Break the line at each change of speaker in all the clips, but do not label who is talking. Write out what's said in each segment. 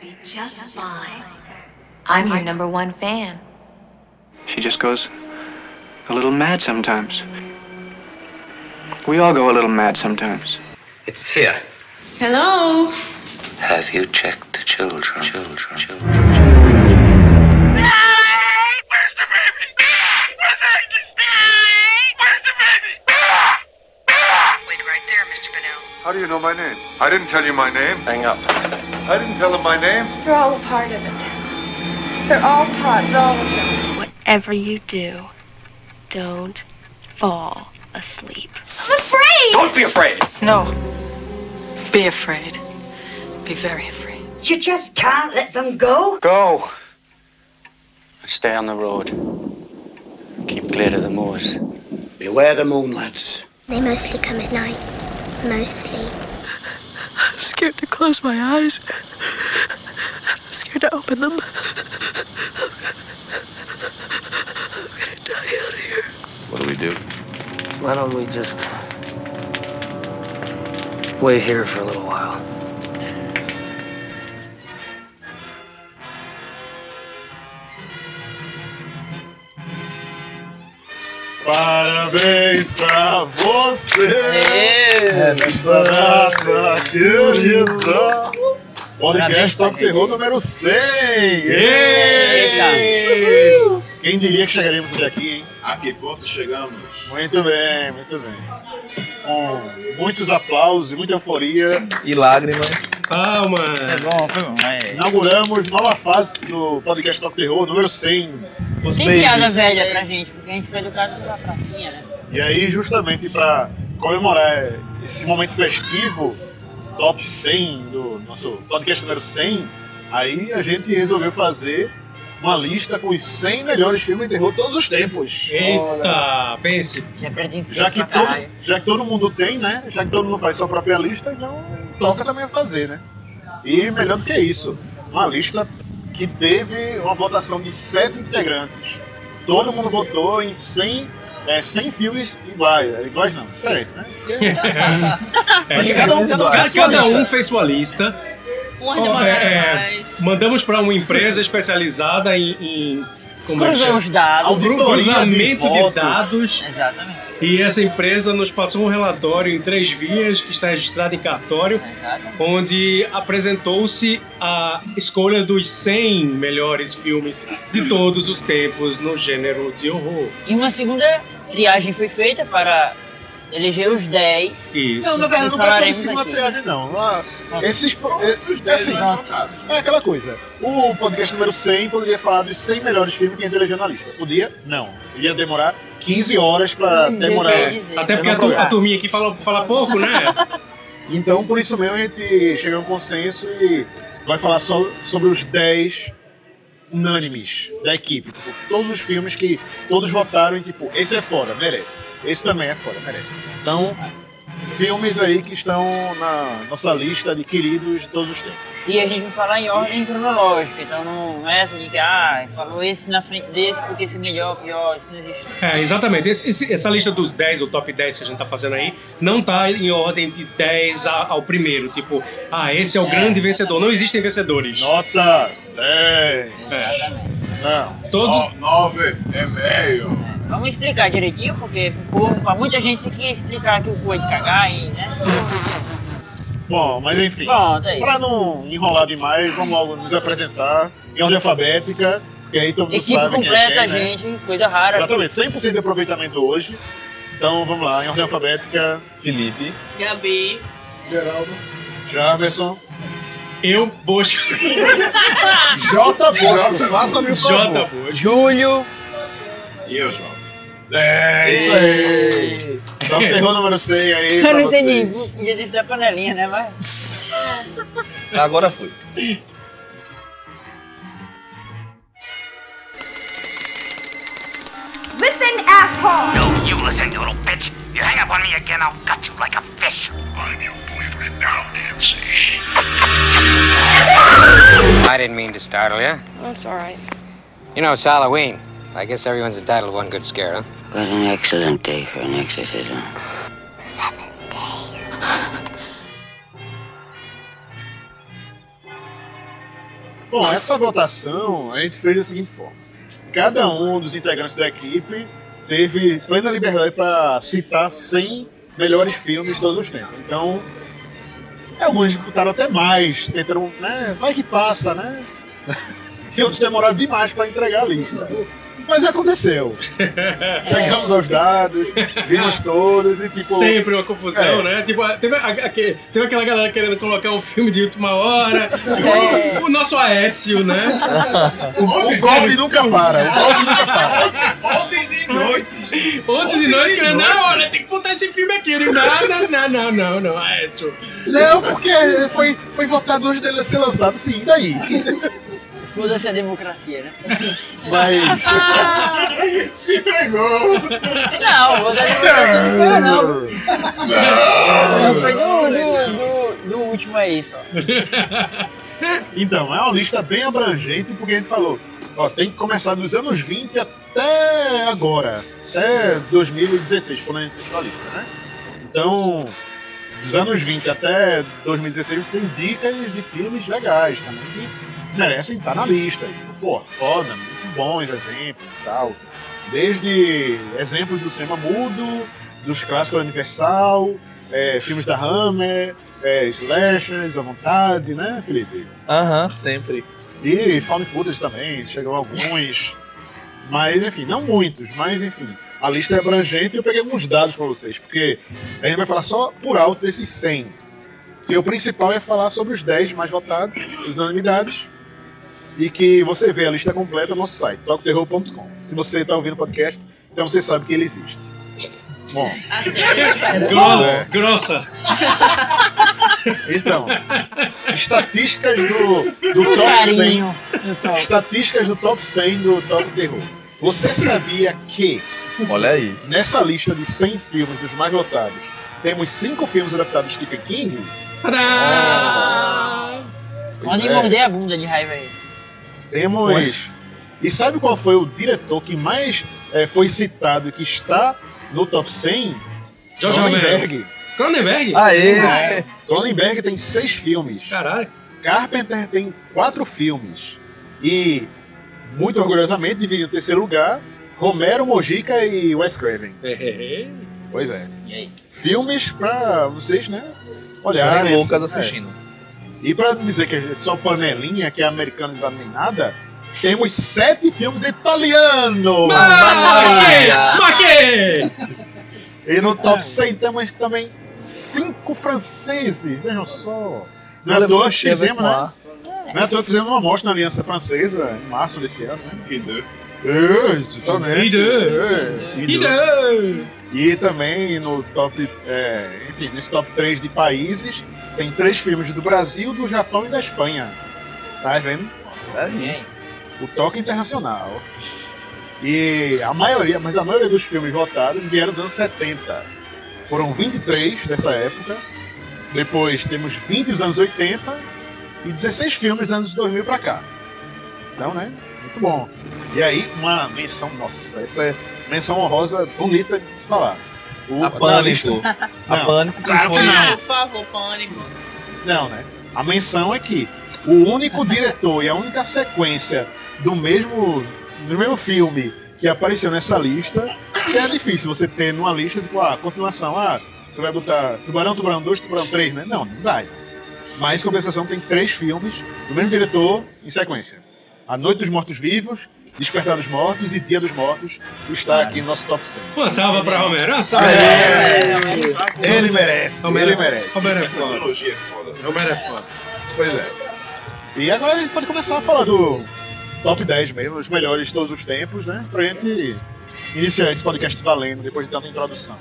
be just fine. I'm your number one fan.
She just goes a little mad sometimes. We all go a little mad sometimes.
It's here.
Hello?
Have you checked the children? Children. Children.
Wait right there, Mr. Bonnell.
How do you know my name? I didn't tell you my name.
Hang up.
I didn't tell him my name.
You're all a part of it. They're all pods, all of them.
Whatever you do, don't fall asleep.
I'm afraid!
Don't be afraid.
No. Be afraid. Be very afraid.
You just can't let them go.
Go. Stay on the road. Keep clear of the moors.
Beware the moon, lads.
They mostly come at night. Mostly.
I'm scared to close my eyes. I'm scared to open them.
What do we do?
Why don't we just wait here for a little while?
Parabéns pra você
Aê!
nesta data querida. Podcast Top Terror número 100. Ei! Quem diria que chegaremos até aqui, hein? A que ponto chegamos? Muito bem, muito bem. Com muitos aplausos, e muita euforia.
E lágrimas. Palmas!
É bom, foi bom. Inauguramos nova fase do podcast Top Terror número 100. Os
Tem
babies.
piada velha pra gente, porque a gente foi educado pela pracinha, né?
E aí, justamente para comemorar esse momento festivo, top 100 do nosso podcast número 100, aí a gente resolveu fazer uma lista com os 100 melhores filmes de terror de todos os tempos.
Eita, pense.
Já perdi em
Já que, todo, já que todo mundo tem, né? Já que todo mundo faz sua própria lista, então toca também a fazer, né? E melhor do que isso, uma lista que teve uma votação de sete integrantes. Todo mundo votou em 100, é, 100 filmes iguais. É, Iguais não, diferentes, né? Mas cada um- cada um fez sua
Cada É, um
lista.
fez sua lista.
Uma
Ó,
demorada
é, é,
mais.
mandamos para uma empresa especializada em. em como é que
Cruzamos
chama?
dados.
Cru- Cruzamento de, dados.
Exatamente.
E essa empresa nos passou um relatório em três vias, que está registrado em cartório, onde apresentou-se a escolha dos 100 melhores filmes de todos os tempos no gênero de horror.
E uma segunda triagem foi feita para eleger os 10.
Isso.
Não, na verdade, não
E
passou em
falaremos
cima da
aqui.
triagem, não. Ah, Esses. pro- é,
dez
assim,
mais
é aquela coisa. O podcast número 100 poderia falar dos 100 melhores filmes que a gente elegeu na lista. Podia? Não. é. Ia demorar 15 horas pra
Dizer,
demorar.
quer dizer. Até porque a tu- a turminha aqui fala, fala pouco, né?
Então, por isso mesmo, a gente chega a um consenso e vai falar só sobre os 10 unânimes da equipe. Tipo, todos os filmes que todos votaram e, tipo, esse é fora, merece. Esse também é fora, merece. Então, filmes aí que estão na nossa lista de queridos de todos os tempos.
E a gente vai falar em ordem cronológica, então não é essa de que, ah, falou esse na frente desse porque esse é melhor, pior, isso não existe.
É, exatamente. Esse- esse- essa lista dos 10, ou top 10 que a gente tá fazendo aí, não tá em ordem de 10 a- ao primeiro. Tipo, ah, esse é o
É.
grande vencedor. Não existem vencedores.
Nota 10. Não.
Todo...
9 é meio.
Vamos explicar direitinho, porque o povo, pra muita gente que explicar que o cu é de cagar e, né?
Bom, mas enfim.
Pronto, é isso.
Pra não enrolar demais, vamos logo nos apresentar em ordem alfabética, porque aí todo mundo
Equipe
sabe quem é
completa,
quem, né?
gente, coisa rara.
Exatamente, 100% de aproveitamento hoje. Então vamos lá, em ordem alfabética. Felipe.
Gabi.
Geraldo. Jamerson.
Eu, Bosco.
J. Bosco, faça-me o favor.
J. Bosco.
Júlio.
E eu, João. É isso aí. Então terror número 100 aí
Eu
pra
não
vocês.
entendi. Podia dizer da panelinha, né? Mas.
Agora foi.
Listen, asshole!
No, you listen, you little bitch. You hang up on me again, I'll cut you like a fish. I'm your boyfriend now, Nancy.
I didn't mean to startle you.
That's alright.
You know, it's Halloween. I guess everyone's entitled to one good scare, huh?
What an excellent day for an exorcism.
Bom, essa votação a gente fez da seguinte forma: cada um dos integrantes da equipe teve plena liberdade para citar 100 melhores filmes de todos os tempos. Então, alguns disputaram até mais, tentaram, né? Vai que passa, né? E outros demoraram demais para entregar a lista. Mas aconteceu. Chegamos aos dados, vimos todos e tipo.
Sempre uma confusão,
É.
né? Tipo, teve, a- aque- teve aquela galera querendo colocar um filme de última hora.
É.
O, o nosso Aécio, né?
O, o golpe nunca para. O golpe nunca para.
Ontem de
noite.
Ontem de noite, cara, não, olha, tem que botar esse filme aqui. Ele, Não, não, não, não, não, não, Aécio.
Não, porque foi, foi votado antes dele ser lançado, sim, e daí.
Foda-se a democracia, né?
Mas. Se entregou!
Não, vou dar democracia não foi, não. Não, Foi do, do, do, do último aí só.
Então, é uma lista bem abrangente, porque a gente falou, ó, tem que começar dos anos 20 até agora, até 2016, quando a gente fez a lista, né? Então, dos anos 20 até 2016 tem dicas de filmes legais também que merecem estar na lista. Tipo, pô, foda, muito bons exemplos e tal. Desde exemplos do cinema mudo, dos clássicos da Universal, é, filmes da Hammer, é, slashers à vontade, né, Felipe?
Aham, sempre.
E found footage também, chegou alguns. Mas, enfim, não muitos, mas, enfim. A lista é abrangente e eu peguei alguns dados para vocês, porque a gente vai falar só por alto desses 100. E o principal é falar sobre os 10 mais votados, os unanimidades, e que você vê a lista completa no nosso site, tocoterror.com. Se você está ouvindo o podcast, então você sabe que ele existe. Bom,
Gro-
É.
Grossa.
então, estatísticas do, do top 100.
Carinho do top.
Estatísticas do top 100 do Top Terror. Você sabia que.
Olha aí.
Nessa lista de 100 filmes dos mais votados, temos 5 filmes adaptados de Stephen King? Ah.
Ah.
Pois
Mandem
é.
morder a bunda de raiva aí.
Temos.
Ué.
E sabe qual foi o diretor que mais eh, foi citado e que está no top 100?
George
Cronenberg.
Romero. Cronenberg?
Aê!
É.
né? Cronenberg tem seis filmes.
Caralho.
Carpenter tem quatro filmes. E, muito orgulhosamente, dividido em terceiro lugar, Romero, Mojica e Wes Craven. Pois é.
E aí?
Filmes pra vocês, né? Olharem.
Ficarem loucas
É.
assistindo.
E pra dizer que é só panelinha, que é americanizado nem nada, temos sete filmes italianos!
Ma-
Ma que?
E no top 100 temos também cinco franceses, vejam só. Não é à toa que fizemos, né? Não é à toa que fizemos uma amostra na Aliança Francesa em março desse ano, né? E de. É, exatamente. É, e de. E também no top, é, enfim, nesse top 3 de países, tem três filmes do Brasil, do Japão e da Espanha. Tá vendo? O toque internacional. E a maioria, mas a maioria dos filmes votados vieram dos anos 70. Foram 23 dessa época. Depois temos 20 dos anos 80 e 16 filmes dos anos 2000 pra cá. Então, né? Muito bom. E aí, uma menção, nossa, essa é menção honrosa bonita de se falar. O,
A Pânico. A
tá Não,
Pânico que
Claro que
foi-
Ah,
não.
Por favor, pânico.
Não, né? A menção é que o único diretor e a única sequência do mesmo, do mesmo filme que apareceu nessa lista, que é difícil você ter numa lista, tipo, ah, continuação, ah, você vai botar Tubarão, Tubarão 2, Tubarão 3, né? Não, não dá. Mas, em compensação, tem três filmes do mesmo diretor em sequência. A Noite dos Mortos-Vivos, Despertar dos Mortos e Dia dos Mortos está aqui no nosso top 100.
Uma salva pra Romero, uma salva.
É.
É,
Aê! Ele merece,
Romero-
ele merece.
Romero é foda.
trilogia é foda.
Romero é foda.
Pois é. E agora a gente pode começar a falar do top 10 mesmo, os melhores de todos os tempos, né? Pra gente iniciar esse podcast valendo depois de tanta introdução.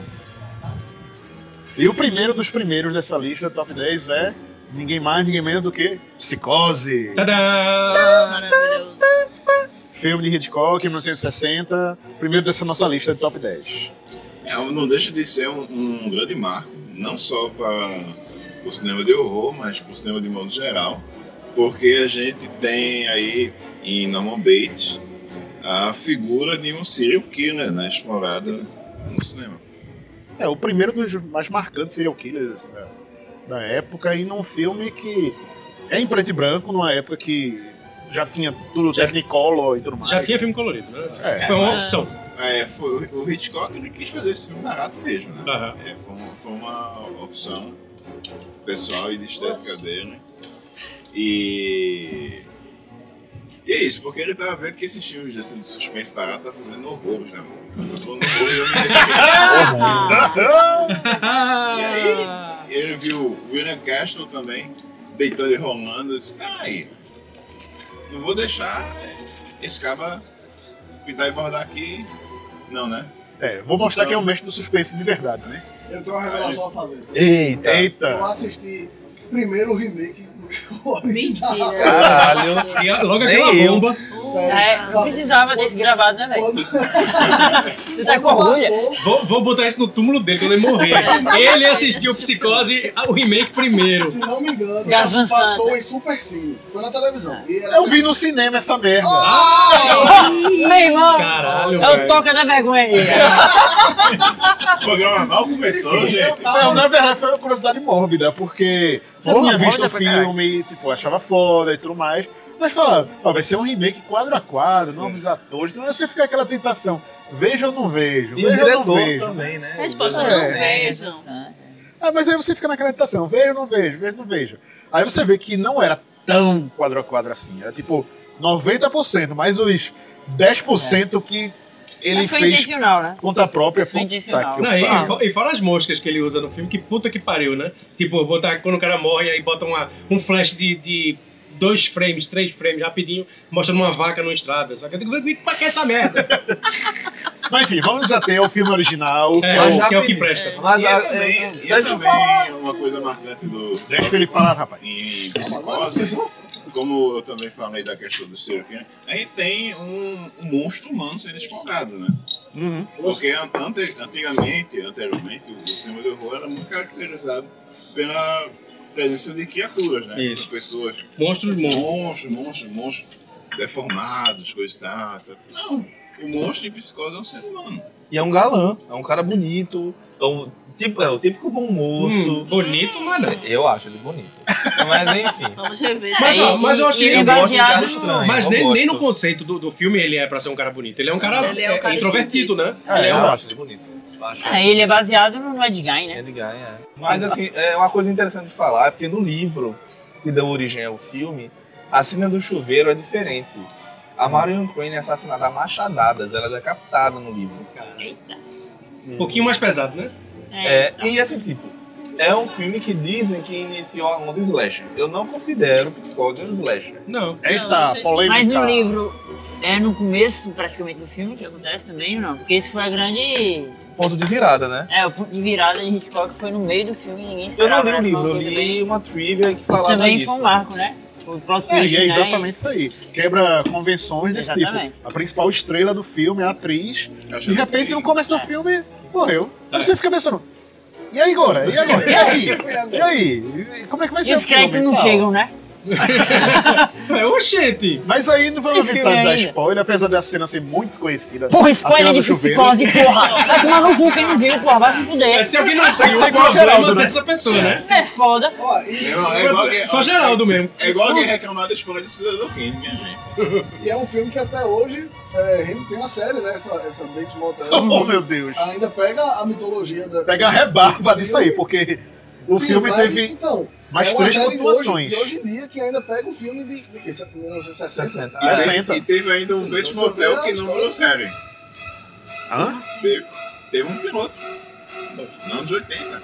E o primeiro dos primeiros dessa lista, top 10, é ninguém mais, ninguém menos do que Psicose.
Tá
Filme de Hitchcock, 1960, primeiro dessa nossa lista de top 10.
É, não deixa de ser um, um grande marco, não só para o cinema de horror, mas para o cinema de modo geral, porque a gente tem aí em Norman Bates a figura de um serial killer né, explorada no cinema.
É, o primeiro dos mais marcantes serial killers assim, da, da época e num filme que é em preto e branco, numa época que já tinha tudo Technicolor e tudo mais.
Já tinha filme colorido, né? Foi uma opção.
É, foi, o Hitchcock ele quis fazer esse filme barato mesmo, né? É, foi, uma, foi uma opção pessoal e de estética dele. E. E é isso, porque ele tava vendo que esses filmes assim, de suspense barato tá fazendo horrores, né? mano? Tá fazendo horrores eu me E aí, ele viu o William Castle também, deitando e rolando, assim, ai, não vou deixar esse cara pintar e bordar aqui, não, né?
É, vou mostrar que é o mestre do suspense de verdade, né?
Eu tenho uma revelação a fazer.
Tá.
Eita. Eita.
Eu assisti primeiro o remake do que o original.
Caralho. E a- logo aquela
Nem eu.
bomba.
Sério.
É, não precisava desse gravado, né, velho? Tu tá com orgulho?
Vou, vou botar isso no túmulo dele quando ele morrer. ele assistiu Psicose, o remake primeiro.
Se não me engano,
Gazan
passou em Super Cine. Foi na televisão. E era-
Eu vi no cinema essa merda.
Ah!
tá.
Meu irmão,
Caralho,
é o
velho.
toca da vergonha dele.
O programa mal começou,
Enfim, eu
gente.
tava-
Ah! é, Não, na verdade foi uma curiosidade mórbida, porque
Eu
eu tinha
sou
visto
mórbida
o
pra caralho.
filme, tipo, achava foda e tudo mais. Mas falava, ó, vai ser um remake quadro a quadro, novos atores, então você fica aquela tentação, vejo ou não vejo,
E
vejo
o
ou não
diretor
vejo.
também, né?
É.
um
Ah, mas aí você fica naquela tentação, vejo ou não vejo, vejo ou não vejo. Aí você vê que não era tão quadro a quadro assim, era tipo 90%, mas os 10% que ele
Mas foi
fez
intencional, né?
conta própria, um puta que
intencional.
Não, e,
pariu.
e fo- e fora as moscas que ele usa no filme, que puta que pariu, né? Tipo, botar quando o cara morre, aí bota uma, um flash de, de dois frames, três frames, rapidinho, mostrando uma vaca numa estrada. Só que eu digo, pra que essa merda?
Mas enfim, vamos nos ater ao filme original, que,
É,
é o,
que é o que presta.
Mas,
e
ah,
é também,
eu-
e é
deixa eu
também
falar.
uma coisa marcante do.
Deixa ele falar, rapaz.
Em psicose, como eu também falei da questão do serial killer, a gente tem um, um monstro humano sendo explorado, né?
uhum.
Porque an- ante- antigamente, anteriormente, o cinema de horror era muito caracterizado pela presença de criaturas, né?
Isso.
As pessoas.
Monstros, monstros.
Monstros, monstros, monstros deformados, coisas e tal. etc. Não, o monstro em psicose é um ser humano.
E é um galã, é um cara bonito, é o, tipo, é o típico bom moço.
Hum, bonito, mano.
É,
Eu acho ele bonito. Mas enfim.
Vamos rever.
Mas, ó, mas eu acho que
é baseado
estranho,
Mas
eu
nem,
gosto.
nem no conceito do, do filme ele é pra ser um cara bonito. Ele é um cara,
Ele é um
é,
cara
introvertido, né?
É,
Ele é
eu
um-
acho ele bonito. Eu acho
É, ele é baseado no Ed Gein, né?
Ed Gein, é. Mas assim, é uma coisa interessante de falar, é porque no livro que deu origem ao filme, a cena do chuveiro é diferente. A Marion Crane é assassinada a machadadas, ela é decapitada no livro.
Eita.
Hum.
Um pouquinho mais pesado, né?
É, e assim, tipo, é um filme que dizem que iniciou a onda slasher. Eu não considero Psicose um slasher.
Não.
Mas no livro, é no começo praticamente do filme que acontece também, ou não? Porque esse foi a grande.
Ponto de virada, né?
É, o ponto de virada de Hitchcock foi no meio do filme, ninguém
Eu não
esperava.
li o
né?
livro,
Foi uma coisa
eu
bem-
li uma trivia que
Isso
falava
também
disso.
foi um marco, né? O plot
É,
twist,
e é
né?
exatamente isso aí. Quebra convenções desse
Exatamente.
tipo. A principal estrela do filme, a atriz,
Tá
de
é
repente no começo do filme morreu. Aí você fica pensando, e aí agora? E agora? E aí? E aí? E Como é que vai ser
E os
o filme?
créditos não
Tal.
chegam, né?
É, oxente!
Mas aí não vamos
Que
evitar
filme é
de dar
ainda?
spoiler, apesar da cena ser muito conhecida.
Porra,
A cena
spoiler
do
de
chuveiro.
psicose, porra! Vai tomar no cu quem não viu, porra, vai se fuder.
É, se alguém não assistiu,
Vai ser
o
igual
problema
Geraldo, né?
dessa pessoa, né?
É foda.
É igual que-
Só Geraldo mesmo.
É igual alguém reclamar da escola de Cidadão Kane, minha gente.
E é um filme que até hoje é, tem uma série, né? Essa, essa Bates Motel.
Oh, meu Deus.
Ainda pega a mitologia da.
Pega a rebarba disso aí, porque o
Sim,
filme
mas,
teve
então,
mais
é uma
três
série de
continuações.
Hoje, de hoje em dia que ainda pega um filme de, de que, 1960.
E
É,
teve- E teve ainda um Bates Motel que não virou série.
Hã?
Teve, teve um piloto. Nos anos 80.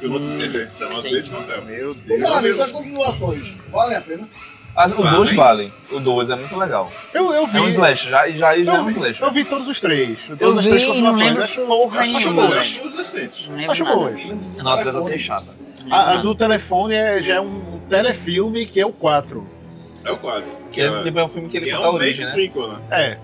Piloto
Hum.
de TV.
É
Chamado Bates Motel. Meu
Por falar nisso, as continuações valem a pena.
As- o 2 vale. O 2 é muito legal.
Eu, eu vi.
É um slash, já, já, já é um slash.
Eu vi todos os três. Todas
Eu
as
vi
três
e não
continuações.
lembro
Acho,
porra
acho, acho
nenhuma,
boas.
velho.
decentes.
lembro
Acho
nada.
boas.
É uma coisa assim chata.
A, a do telefone é, já é um telefilme que é o 4.
É o 4.
Que é, tipo, é um filme que ele
que é
conta a
um meio
origem,
que
né?
prequel, né?
É.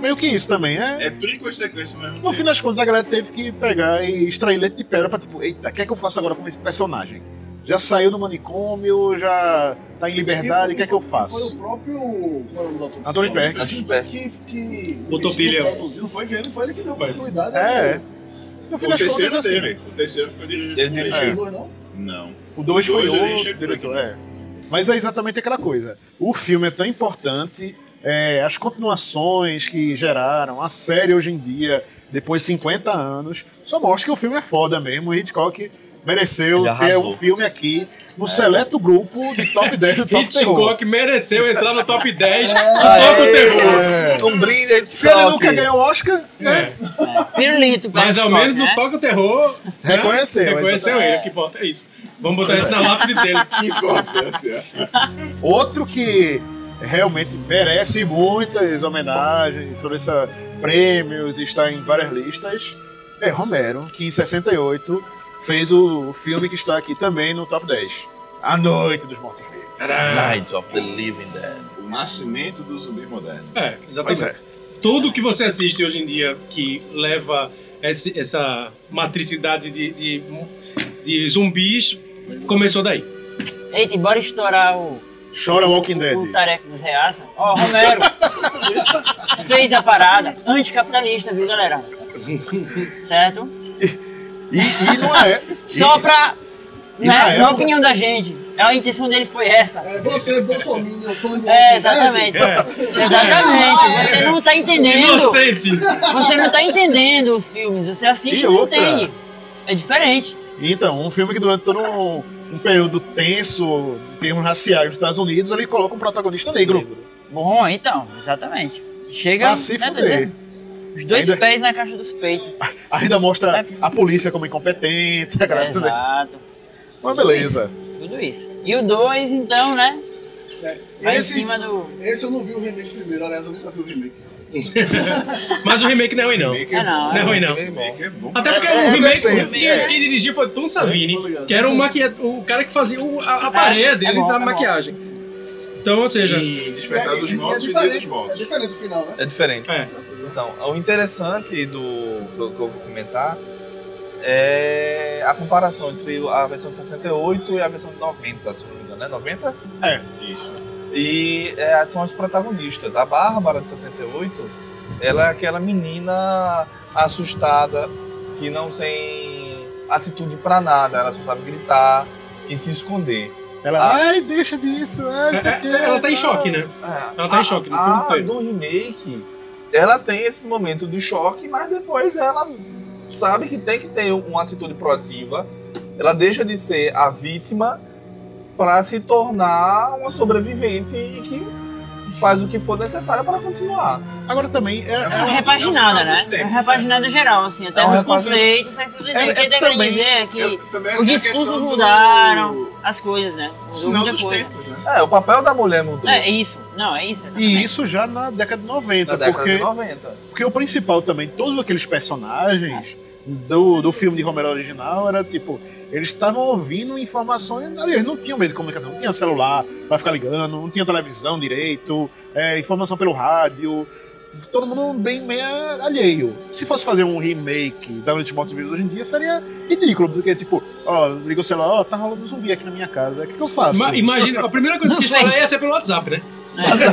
Meio que isso também, né?
É prequel e sequência mesmo.
No fim das contas, a galera teve que pegar e extrair leite de pedra pra tipo, eita, o que é que eu faço agora com esse personagem? Já saiu do manicômio, já tá em liberdade, o que é que eu
Foi o
faço?
próprio. Como é o nome do ator?
Anthony Perkins.
É
Anthony
tipo,
Perkins. Que. que
Botou pilha.
Produziu, foi ele, foi ele que deu continuidade.
É. No fim
O
das
terceiro
contas, assim.
é,
dele. O terceiro foi dirigido.
Ele
por ele.
dirigiu.
Dois, não?
Não.
O 2 foi
Dois é
o
dirigido por ele.
diretor, é. Mas Mas é exatamente aquela coisa. O filme é tão importante, é, as continuações que geraram, a série hoje em dia, depois de 50 anos, só mostra que o filme é foda mesmo. O Hitchcock mereceu
Ele
ter
arrasou.
um filme aqui no seleto grupo de top 10 do top terror.
Hitchcock mereceu entrar no top 10 do
Aê!
Toco
É
Terror.
Um brinde, Se ele nunca ganhou o Oscar, né?
É.
Pirulito,
pra
É. Mas ao
Hitchcock,
menos
né?
o Toca Terror né?
Reconheceu,
Reconheceu
exatamente.
ele, que bota é isso. Vamos botar isso na lápide dele.
Que importância. Outro que realmente merece muitas homenagens, toda essa prêmios, está em várias listas, é Romero, que em 68 fez o filme que está aqui também no top 10. A Noite dos Mortos Vivos.
Night of the Living Dead.
O nascimento do zumbi moderno.
É, exatamente. Tudo que você assiste hoje em dia que leva esse- essa matricidade de, de- de zumbis começou daí.
Eita, e bora estourar o,
Chora Walking Dead.
o Tareco dos Reaça. Ó, Romero fez a parada anticapitalista, viu, galera? Certo?
E, não é.
Só pra.
e
né,
na
na
época-
opinião da gente. A intenção dele foi essa.
É você, Bolsonaro, né? fã de
É, exatamente.
É.
Exatamente. Você não tá entendendo.
Inocente.
Você não tá entendendo os filmes. Você assiste e
E
não
outra.
entende. É diferente.
Então, um filme que durante todo um, um período tenso, em termos raciais nos Estados Unidos, ele coloca um protagonista negro.
Bom, então, exatamente. Chega.
Pra se
né,
fuder.
Os dois
Ainda-
pés na caixa dos peitos.
Ainda
É.
mostra a polícia como incompetente, a
É,
galera-
Exato.
Mas beleza.
Tudo isso. E o dois, então, né? Vai em cima do.
é
Esse eu não vi o remake primeiro, aliás, eu nunca vi o remake.
Mas o remake não é ruim, não.
Remake é bom.
Não é
um
ruim, não. Até porque
É, é
o remake,
decente,
quem,
é.
quem dirigiu foi Tom Savini,
ligado.
que era o, maquia... o cara que fazia o- a, a parede dele
é bom,
da
é bom.
maquiagem. Então, ou seja.
Despertar dos Mortos e Dia dos Mortos.
É diferente do final, né?
É diferente. Então, o interessante do que eu, que eu vou comentar é a comparação entre a versão de 68 e a versão de 90, se eu não me engano, né? 90?
É.
Isso. E é, são as protagonistas. A Bárbara de 68, ela é aquela menina assustada que não tem atitude pra nada, ela só sabe gritar e se esconder.
Ela,
Ah.
A-
ai, deixa disso,
é,
é, ai, isso aqui.
ela tá em choque,
né?
Ela tá em choque no filme inteiro. no remake, ela tem esse momento de choque, mas depois ela sabe que tem que ter um, uma atitude proativa. Ela deixa de ser a vítima para se tornar uma sobrevivente e que faz o que for necessário para continuar.
Agora também
um
é,
É uma repaginada, né? É uma repaginada geral, assim, até
É uma
nos
repagina-
conceitos, certo? O que
É- é
ele tá querendo
também-
dizer é que
também
os
tem a
discursos
questão do-
mudaram, as coisas, né? Mudou
Sinal
muita
dos
coisa.
né?
É, o papel da mulher mudou.
É, é isso. Não, é isso. exatamente.
E isso já na década de 90,
Na década
porque,
de 90.
porque o principal também, todos aqueles personagens do, do filme de Romero original era tipo, eles estavam ouvindo informações, aliás, não tinham meio de comunicação, não tinha celular pra ficar ligando, não tinha televisão direito, é, informação pelo rádio, todo mundo bem meio alheio. Se fosse fazer um remake da Noite dos Mortos Vivos hoje em dia, seria ridículo, porque tipo, ó, liga o celular, ó, tá rolando um zumbi aqui na minha casa, o que, que eu faço?
Ma- imagina, a primeira coisa que eles falam é ia ser pelo WhatsApp, né?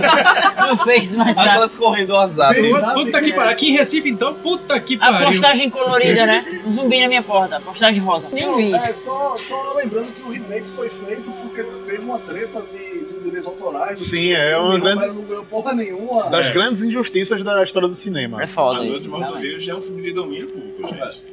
Não fez mais
Aquelas correndo ao azar.
Puta que pariu. Aqui em Recife, então, puta que
A
pariu.
postagem colorida, né? Um zumbi na minha porta, a postagem rosa. Nem
Não,
vi.
é, só, só lembrando que o remake foi feito porque teve uma treta de, de direitos autorais.
Sim, é
O
uma
Romero
grande-
não ganhou porra nenhuma.
das grandes injustiças da história do cinema.
É foda
A
isso,
Noite dos Mortos
realmente.
Vivos já é um filme de domínio público, gente.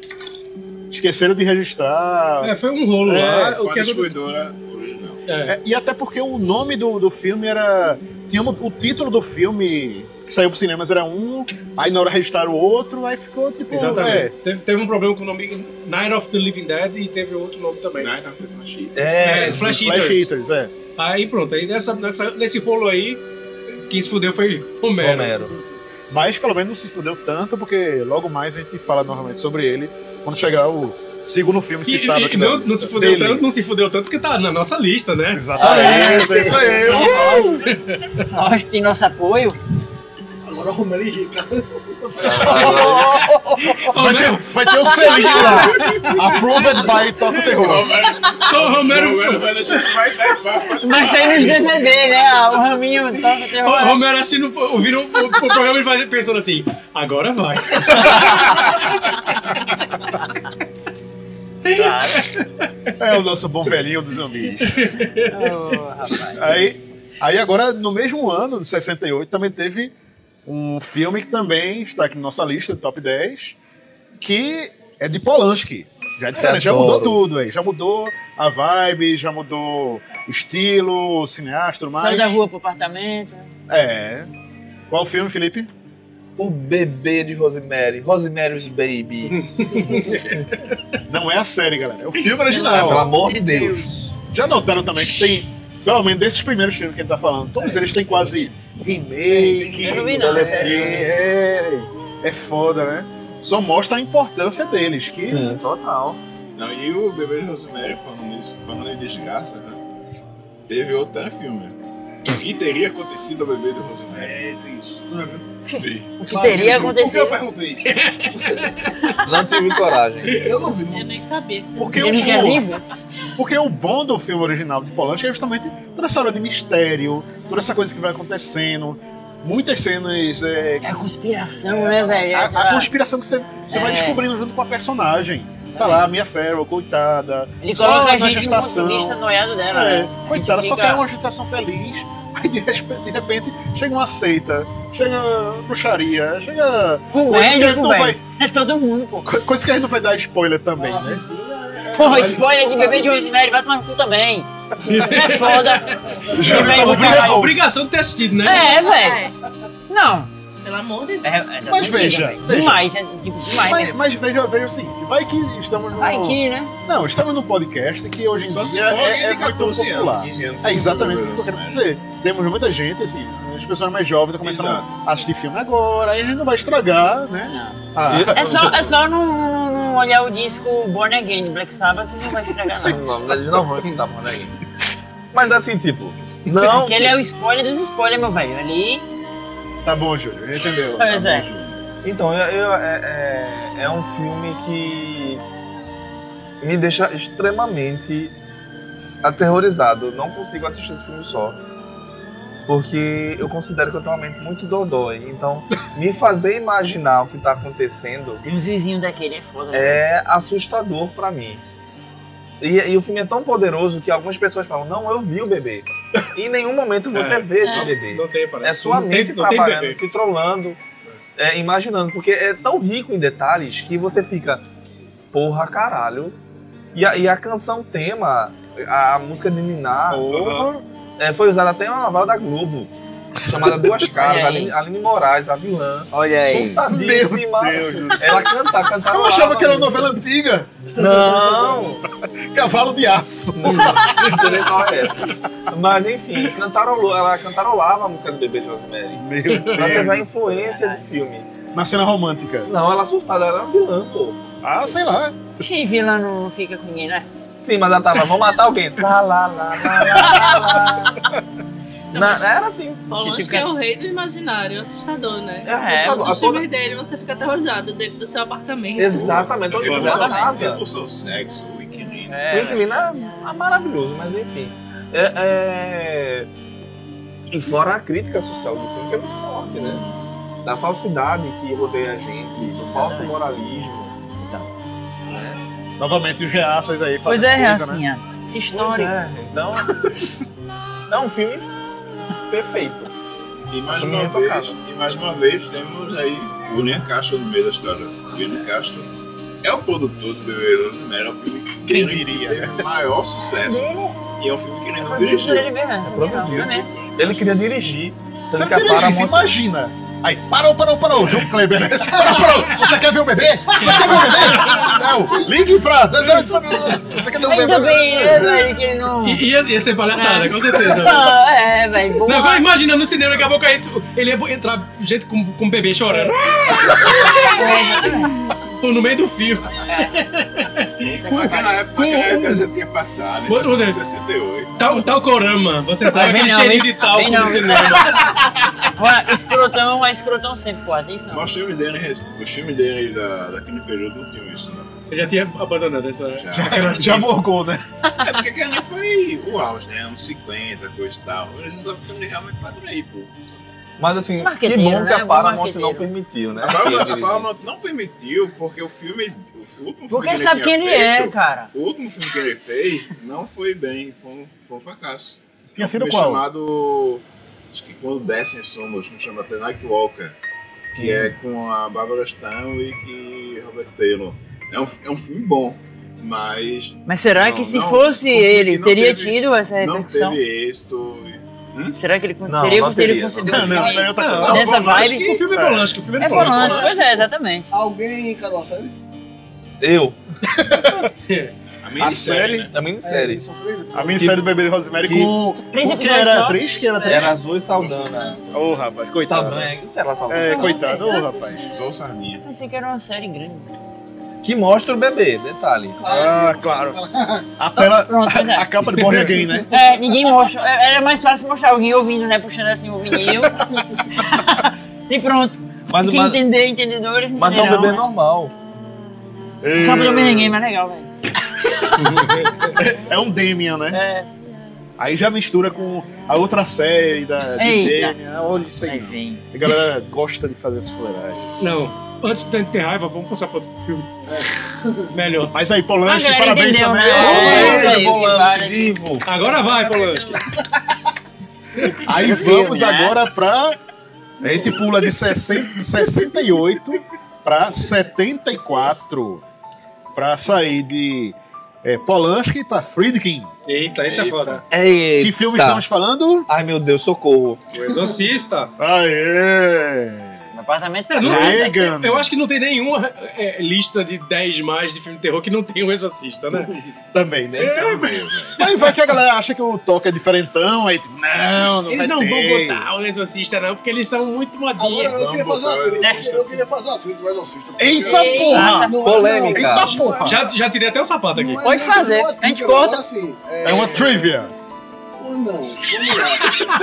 Esqueceram de registrar.
É, foi um rolo lá, o
com
que
a
aconteceu-
distribuidora
original.
É, e até porque o nome do, do filme era. Tinha um- o título do filme que saiu pros cinemas era um, aí na hora registraram o outro, aí ficou tipo.
Exatamente.
é.
Teve, teve um problema com o nome Night of the Living Dead e teve outro nome também.
Night of the Flash Eaters.
É, Flash Eaters.
Flash Eaters, é.
Aí pronto, aí nessa, nessa- nesse rolo aí, quem se fudeu foi Romero.
Mas pelo menos não se fudeu tanto, porque logo mais a gente fala novamente sobre ele quando chegar o segundo filme
E,
citado
e-
aqui.
e não,
da-
não se fudeu
dele.
tanto, não se fudeu tanto porque tá na nossa lista, né?
Exatamente, é isso aí.
Lógico que tem nosso apoio.
Agora o Romero e Ricardo.
Vai ter, vai ter o selinho lá. Approved by Toco Terror.
Tom Romero.
Romero vai deixar que vai dar papo.
Mas sai nos DVD, né? Ah, O raminho toca
O
terror.
Romero assim no, ouvindo o, o programa e faz- pensando assim, agora vai.
É o nosso bom velhinho dos zumbis. Aí, aí agora, no mesmo ano, de 68, também teve um filme que também está aqui na nossa lista, top 10, que é de Polanski. Já é diferente, já mudou
Adoro.
tudo aí. Já mudou a vibe, já mudou o estilo, o cineasta, tudo mais.
Saiu da rua pro apartamento.
É. Qual o filme, Felipe?
O bebê de Rosemary. Rosemary's Baby.
Não é a série, galera. É o filme
Ah,
original.
pelo amor de Deus.
Já notaram também que tem, pelo menos desses primeiros filmes que ele tá falando, todos eles têm quase remake,
Eu não vi nada.
DLC,
né?
é, é foda, né? Só mostra a importância deles, que
Sim,
total.
Não, e o bebê de Rosemary, falando nisso, falando em desgraça, né? Teve outro né, filme. O que teria acontecido ao bebê de Rosemary? É, tem isso.
O que teria acontecido?
Por que eu perguntei?
Não tive coragem.
Eu não vi.
Eu nem sabia. que você
Porque
não
o,
tinha visto.
porque o bom do filme original de Polanski é justamente toda essa hora de mistério, toda essa coisa que vai acontecendo, muitas cenas. É,
a conspiração, né, velho?
A,
Aquela-
conspiração que você, você vai
É.
descobrindo junto com a personagem. Tá lá, a minha Farrell, coitada.
Ele
só
coloca a
na
gente no
gestação.
ponto de vista noiado dela,
É,
né?
Coitada,
A gente
só
fica-
quer uma gestação feliz. Aí de repente, de repente chega uma seita, chega bruxaria, chega.
Com
coisas que a
Ed,
gente
com
não
velho.
vai-
É todo mundo, pô.
co- Coisas que a gente não vai dar spoiler também, né?
Porra, spoiler de bebê de né? Rosemary, vai tomar no cu também. É foda.
Já
Também do
É obriga-
caralho.
obrigação de ter assistido, né?
É, velho. Não.
Pelo amor de
É, é da
Mas
sua
veja,
vida, velho.
veja.
Demais, é tipo, demais.
Mas,
né?
mas veja, veja o seguinte, vai que estamos no.
Vai que, né?
Não, estamos num podcast que hoje em
Só se
dia
for alguém
é, é
de
muito
14 anos,
popular.
15 anos,
é exatamente
que
isso que eu quero
é.
dizer. Temos muita gente, assim, as pessoas mais jovens estão começando
Exato.
a assistir filme agora, aí a gente não vai estragar, né? Ah,
É só, é só não, não- não olhar o disco Born Again do Black Sabbath que não vai estragar nada.
Não, eles não vão enfrentar por aí. Mas assim, tipo, não.
Porque ele é o spoiler dos spoilers, meu velho. Ali.
Tá bom, Júlio, entendeu?
Pois
Tá
é.
bom, Júlio.
Então, eu, eu- é, é, é um filme que me deixa extremamente aterrorizado. Eu não consigo assistir esse filme só. Porque eu considero que eu tenho uma mente muito dodói. Então, me fazer imaginar o que tá acontecendo
Tem uns vizinhos daquele, é foda. velho.
é assustador pra mim. E, e o filme é tão poderoso que algumas pessoas falam, não, eu vi o bebê. E em nenhum momento você
É.
vê esse
Não-
bebê.
Não tem, parece.
É sua
Não tem-
mente
não tem
trabalhando,
bebê.
te trolando, é, imaginando. Porque é tão rico em detalhes que você fica, porra, caralho. E a, e a canção tema, a, a música de
Ah,
Niná,
Porra.
é, foi usada até em uma novela da Globo. Chamada Duas Caras,
Olha aí.
Aline, Aline Moraes, a vilã.
Olha aí.
Surtadíssima.
Meu Deus do céu.
Ela canta, canta.
Eu achava que era uma novela antiga.
Não!
Cavalo de aço.
Não, não sei nem qual é essa. Mas enfim, cantarolou, ela cantarolava a música do bebê de Rosemary.
Meu
Pra você
Deus.
ver a influência do filme.
Na cena romântica.
Não, ela surtada, ela era vilã, pô.
Ah, sei lá.
Quem vilã não não fica com ninguém, né?
Sim, mas ela tava, vamos matar alguém. Lá, lá, lá, lá, lá, lá.
Não,
Na-
mas
era assim.
Polanski é o rei do imaginário, assustador, né?
É, assustador.
Todos os
A toda-
filmes dele você fica aterrorizado dentro do seu apartamento.
Exatamente,
Tipo,
todo mundo
Pelo
na
seu
casa.
pelo seu sexo, o inquilino.
O inquilino é maravilhoso, mas enfim. É, é, E fora a crítica social do filme, que é muito forte, né? Da falsidade que rodeia a gente, do falso moralismo. Né?
Novamente os reaços aí.
Pois é,
fazendo coisa, né?
Reacinha. Essa
Pois
história.
é, então. é um filme perfeito.
E mais,
Pra mim
uma
é
vez,
tocado.
e mais uma vez temos aí William Castro no meio da história. William Castro é o produtor do Bebê de Rosemary, é um filme que
Quem
ele
diria,
teve o maior sucesso. E é um filme que ele não
Produzido
dirigiu.
por ele mesmo, não sabia não,
produzido.
né?
Ele queria dirigir.
Você
Sendo
não
que a
dirigisse,
Paramount
imagina. Aí, parou, parou, parou. João Kleber, né? Parou, parou. Você quer ver o bebê? Você quer ver o bebê? Não, ligue pra 0800. Você quer ver o bebê?
Ainda bem, né, velho, que ele não.
E e ia, ia ser palhaçada, com certeza.
Ah, é, velho.
Não,
boa.
agora imagina no cinema, daqui a pouco aí tu- ele ia entrar gente com, com um bebê chorando. Tô no meio do fio.
Naquela época, naquela época já tinha passado,
Quando,
então,
Rodrigo?
68.
Tal, tal Corama, você tá
Vai, vem
aquele
não,
cheirinho
vem-
de talco
vem não,
no
vem
cinema.
Agora, escrotão é escrotão sempre, pô. Atenção.
Mas o filme dele, o filme dele da, daquele período não tinha isso, não.
Eu já tinha abandonado essa.
Já, já morgou, né?
É porque aquele tá ali foi o auge, né? Anos 50, coisa e tal. Eles não estavam ficando realmente para aí, pô.
Mas assim, que
Marqueteiro,
bom que
né?
a
Bom
Paramount
marqueteiro.
não permitiu, né?
A Paramount-
Porque
a
ele
Paramount
disse.
não permitiu, porque o filme. O fi- o último
Porque
filme
ele sabe
tinha
quem ele é,
feito,
cara.
O último filme que ele fez não foi bem, foi um, foi um fracasso.
Tinha
um
sido
filme
qual?
chamado. Acho que quando descem as sombras, um chama The Night Walker, que
Hum.
é com a Barbara Stanwyck e Robert Taylor. É um, é um filme bom, mas.
Mas será
não,
que se
não,
fosse
um filme que
ele,
não
teria
teve-
tido essa
Não
repercussão?
teve êxito.
Será que ele
Não,
teria
não
conseguido
teria, não
conceber
teria.
um filme
Não, isso aí é outra coisa.
nessa
Não, Polanski-
vibe?
o filme é Polanski, o filme é
É
Polanski.
Polanski, pois é, exatamente.
Alguém encarou a série?
Eu.
a né?
minissérie,
A minissérie.
A minissérie do Bebê de Rosemary
Que-
com.
Três
com- Quem era
episódios só?
atriz? Quem
É.
era atriz?
Era Azul e Saldana.
Ô, rapaz, coitado.
Saldanha, sei lá, Saldanha.
É, coitado, ô,
Não,
rapaz.
Só o Sardinha.
Pensei que era uma série grande.
Que mostra o bebê, detalhe.
Ah, claro. A, tela-
Pronto, pois é.
a capa de Born Again, né?
É, ninguém mostra. É, Era mais fácil mostrar alguém ouvindo, né? Puxando assim o vinil. e pronto.
Mas-
Quem
mas-
entender, entendedores
Mas é um
entenderão,
bebê
né?
normal.
Só pra dormir ninguém, mas legal, velho.
É um Damien, né? Aí já mistura com a outra série da de
Eita.
Damien. Olha isso aí. A galera gosta de fazer essa fuleiragem.
Não, antes de ter raiva, vamos passar para outro filme. Melhor.
Mas aí, Polanski,
A galera
parabéns
entendeu,
também.
né? É, isso aí,
Polanski,
que vale.
vivo.
Agora vai, Polanski.
Aí vamos agora pra. A gente pula de 60, 68 pra 74. Pra sair de é, Polanski pra Friedkin.
Eita, esse é foda.
Que filme estamos falando?
Ai meu Deus, socorro.
O Exorcista.
Aê!
No apartamento tá
É,
da
não-
casa.
Eu acho que não tem nenhuma é, lista de 10 mais de filme de terror que não tem o Exorcista, né?
Também, né?
É,
Mas vai que a galera acha que o toque é diferentão, aí tipo, não, não
eles
vai
não
ter.
vão botar o Exorcista, não, porque eles são muito modinhos.
Agora eu queria fazer uma crítica. Eu queria fazer uma crítica, mas eu assisto. porque- Não, não, não. Eita porra!
Já, já tirei até o sapato aqui.
Não é nem uma crítica, agora, Assim,
É uma trivia.
Ou não, vamos lá.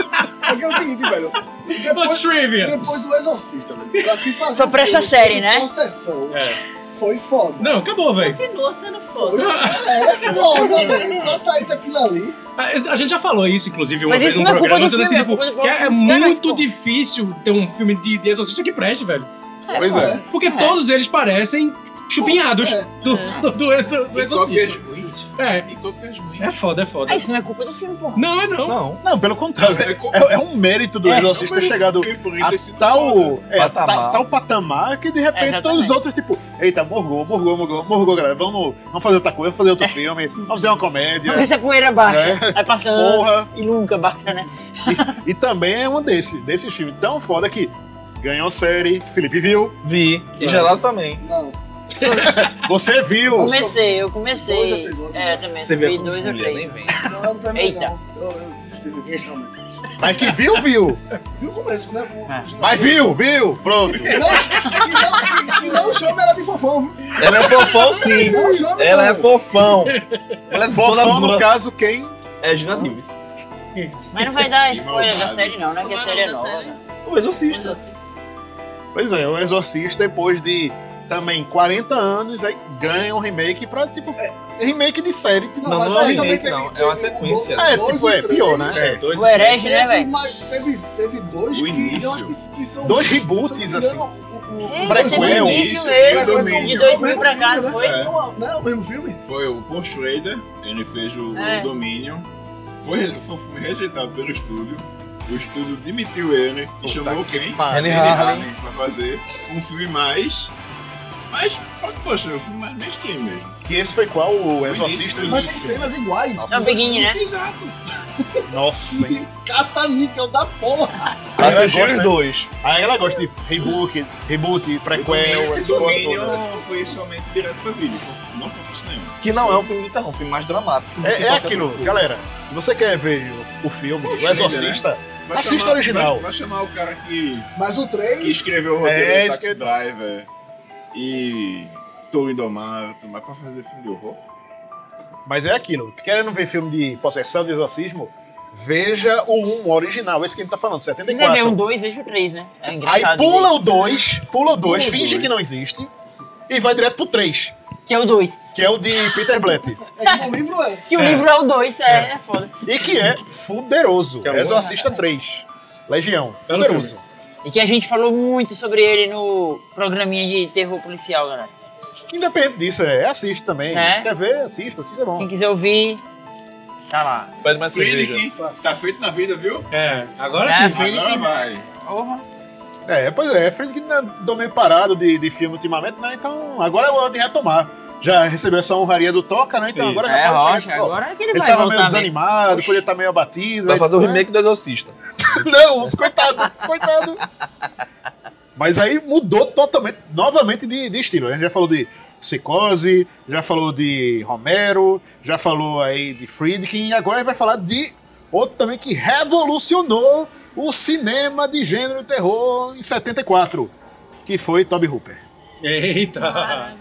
Porque é o seguinte, velho. Depois,
trivia.
depois do Exorcista, velho. Pra se fazer.
Só presta
um filme
série,
sobre
né?
Possessão.
É.
Foi foda.
Não, acabou, velho.
Continua sendo foda. É, foda, velho. Pra sair daquilo ali.
A, a gente já falou isso, inclusive, uma
Mas
vez
isso
num
não é culpa
programa.
do
dizendo
filme, é culpa
assim, tipo,
do-
que é,
dos caras,
muito difícil ter um filme de, de Exorcista que preste, velho.
É, Pois é.
Porque todos eles parecem chupinhados do,
É.
do, do, do, do
E cópias
Exorcista.
ruins.
É.
E cópias ruins.
É foda, é foda.
Ah, isso não é culpa do filme, porra.
Não, é não.
Não.
Não, pelo contrário.
É culpa-
É, é um mérito do
É.
Exorcista
Mas
ter chegado
foi por ele ter
a
sido
tal,
foda.
é, a
Patamar.
ta- tal patamar que de repente
Exatamente.
todos os outros, tipo, eita, morgou, morgou, morgou, morgou, galera. Vamos, vamos fazer outra coisa, vamos fazer
É.
outro filme, vamos fazer uma comédia.
Vamos ver se a poeira baixa.
É.
Aí passa
Porra.
anos e nunca baixa, né?
E também é um desses, desses filmes tão foda que ganhou série, Felipe viu.
Vi. E Geraldo também.
Não.
Você viu.
Comecei, eu comecei. É, também.
Você vê
vi
com
dois ou
Julia,
três.
Não, também
Eita.
não. Eu, eu assisti realmente.
Mas que viu, viu.
Viu o começo,
Ah.
né? O- os-
Mas viu, viu. Pronto.
Que não, que, não, que, que não chama ela de fofão, viu?
Ela é fofão, sim.
Não chama,
Ela
não.
é fofão. Ela é
Fofão,
toda
no
dura.
caso, quem?
É Gina Davis.
Mas não vai dar spoiler da
maldade.
série, não, né? assim. Que a série é nova.
O Exorcista.
Pois é, o Exorcista, depois de também 40 anos, aí ganha um remake pra, tipo, remake de série. Tipo,
Não,
mas
não é um
aí
remake,
também
não.
teve-
É uma sequência.
É, tipo, é pior, né?
É, dois
O herege, né,
Teve,
velho?
mais- teve, teve dois que eu acho que, que são.
Dois reboots, assim. é
Um
Prequel.
Isso mesmo, de 2000 pra cá, não
né?
foi?
Não né? é o mesmo filme?
Foi o Paul Schrader, ele fez o
É.
Dominion, foi, foi- foi rejeitado pelo estúdio, o estúdio demitiu ele e chamou quem?
pariu.
Annie
Annie Harley.
Harley pra fazer um filme mais... Mas, poxa, um filme mais mainstream mesmo.
Que esse foi qual? O Exorcista?
Mas tem cenas iguais.
Nossa.
É o Beguinho, né?
Exato.
Nossa, hein?
Caça-níquel da porra.
Aí ela
Assistiu
gosta,
os
né?
dois.
Aí ela gosta de reboot, reboot,
É
prequel,
o
essa porra
Dominion
toda.
né?
foi somente direto pra vídeo, não foi pro cinema.
Que não é um filme de terror, um filme mais dramático. Tipo,
É, é aquilo, galera. Você quer ver o, o filme, o
Schrader,
Exorcista?
né? Vai
Assista
chamar-
o original.
Vai, vai chamar o cara que.
Mas o 3.
Que escreveu o roteiro
É,
do Taxi
escreve-
Driver e. Tô Indomável, mas pra fazer filme de horror.
Mas é aquilo. Querendo ver filme de possessão, de exorcismo, veja o 1 original, esse que a gente tá falando,
Se você vê
74.
um 2, veja o 3, né? É
Aí
engraçado.
pula
isso.
o 2, pula o 2,
Pula o
finge
dois.
que não existe e vai direto pro 3.
Que é o 2.
Que é o de Peter Blatt.
É que o livro é.
Que o livro é o 2, é, é foda.
E que é fuderoso.
é o-
Exorcista 3. Legião.
Belo
Poderoso.
E que a gente falou muito sobre ele no programinha de terror policial, galera.
Independente disso, é, assiste também.
É.
Quer ver? Assista, assista é bom.
Quem quiser ouvir, tá lá.
Pede mais
cerveja.
Tá feito na vida, viu?
É,
agora sim.
Agora vai.
É, pois é, Frederick andou meio parado de, de filme ultimamente, né? Então agora é hora de retomar. Já recebeu essa honraria do Toca, né? Então
Isso.
agora
É,
já pode
lógico, agora é que ele
ele
vai
tava
voltar
meio
mesmo.
desanimado, podia estar meio abatido.
Vai
aí,
fazer o
né?
remake do Exorcista.
Não, coitado, coitado. Mas aí mudou totalmente, novamente de, de estilo. A gente já falou de Psicose, já falou de Romero, já falou aí de Friedkin, e agora a gente vai falar de outro também que revolucionou o cinema de gênero terror em 74, que foi Toby Hooper.
Eita!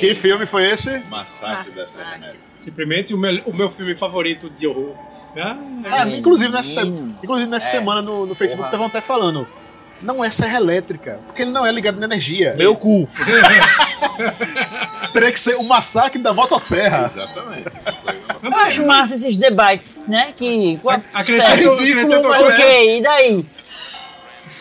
Que filme foi esse?
Massacre da Serra Elétrica.
Simplesmente o meu, o meu filme favorito de horror. Ah,
Ah, inclusive nessa, inclusive nessa semana no, no Facebook
Porra.
estavam até falando. Não é serra elétrica, porque ele não é ligado na energia.
Meu cu.
Teria que ser o massacre da motosserra.
Exatamente.
Eu acho massa esses debates, né? Que.
acrescentou-
Sério.
acrescentou
né?
coisa.
Ok, e daí?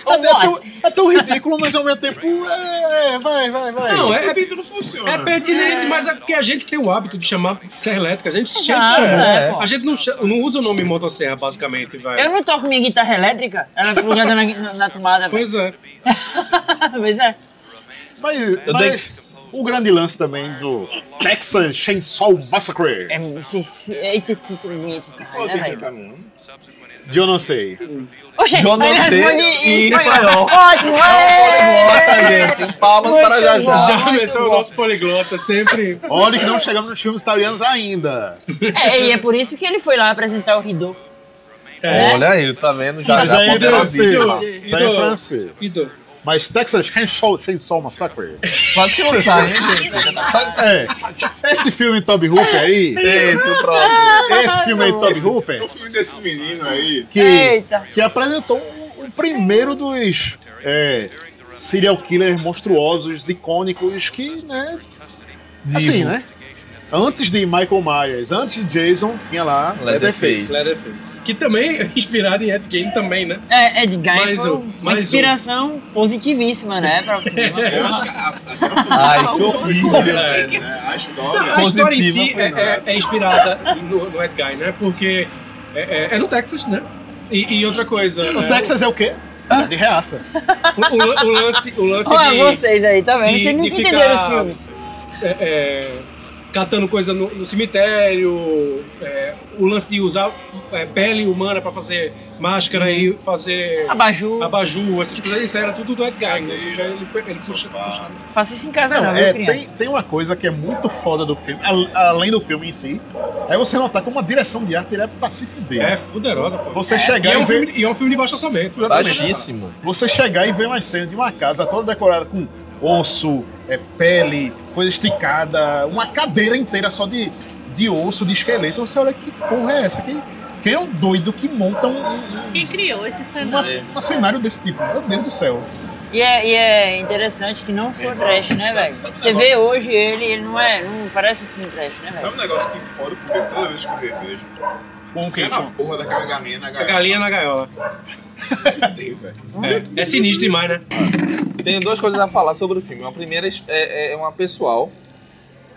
É, é tão, é tão ridículo, mas ao mesmo tempo. É, é, vai, vai, vai.
Não, é-
O título funciona.
É
Ah.
pertinente, mas é porque a gente tem o hábito de chamar serra elétrica. A gente
Exato,
chama. né?
é, pô.
A gente não, cha- não usa o nome motosserra, basicamente, vai.
Eu não toco minha guitarra elétrica, ela é plugada na, na, na tomada.
Pois é.
pois é.
Mas, mas o grande lance também do Texas Chainsaw Massacre.
né,
É, esse- Eita, título bonito, cara. Né, velho?
um. De eu não sei.
Oxe,
Eu não
aí
sei
responde em
em
espanhol.
espanhol.
Ótimo, é!
Palmas
Muito para
um-
já, já. bom,
Já
muito
começou o
bom.
nosso poliglota sempre.
Olha que não chegamos nos filmes italianos ainda.
É, e é por isso que ele foi lá apresentar o Ridô.
Olha aí, tá vendo? Já,
Mas
já
aí é francês.
poderosíssima.
Isso aí é francês. Mas Texas Chainsaw, Chainsaw Massacre.
Quase que não sai, hein, gente?
É. Esse filme Toby Hooper aí. Ah,
Esse
próprio. Esse filme aí Toby
Esse-
Hooper.
O filme desse menino aí.
que, que apresentou o o primeiro dos é, serial killers monstruosos, icônicos, que, né? Assim,
Divo.
né? Antes de Michael Myers, antes de Jason, tinha lá Leatherface.
Leatherface. é Que também é inspirado em Ed Gein também, né?
É, Ed Gein
Mais
foi
um,
uma
mais um. É,
inspiração positivíssima, né, pra você.
Eu acho
que
Ai, que horrível,
velho. né? A história.
Não, É. a história em si é, é- é inspirada no, no Ed Gein, né? Porque é, é- é no Texas, né? E, e outra coisa.
O Texas é o quê? De reaça.
O, o- o lance, o lance
Olha,
de,
vocês aí, tá vendo? Vocês
de- de
nunca
ficar,
entenderam os filmes.
é, é, catando coisa no, no cemitério, é, o lance de usar é, pele humana pra fazer máscara e fazer.
Abajur.
Abajur, essas coisas. Isso era tudo do Ed Gein, né? Isso já ele, ele puxa- puxa.
Faça isso em casa, não,
Não,
viu,
é,
criança?
tem, tem uma coisa que é muito foda do filme, al- além do filme em si, é você notar como a direção de arte ele é pra se fuder.
É fuderosa, pô.
Você
É,
chegar
e é
e
um
ver-
filme, e é um filme de baixo orçamento.
Exatamente. Você chegar e ver uma cena de uma casa toda decorada com osso, é, pele, coisa esticada, uma cadeira inteira só de, de osso, de esqueleto. Você olha que porra é essa? Quem, quem é o doido que monta um, um-
Quem criou esse
uma-
cenário?
um cenário desse tipo? Meu Deus do céu.
E é, e é interessante que não sou
Meu irmão,
trash, né,
sabe-
velho?
sabe um
Você
negócio-
vê hoje ele, ele não é. Não parece filme trash, né,
Sabe um
velho?
negócio que foda que eu toda vez que eu revejo?
Com o quê?
Aquela porra daquela galinha né, na
A
galinha.
galinha na gaiola. É, é sinistro demais, né?
Tenho duas coisas a falar sobre o filme. A primeira é, é- é uma pessoal.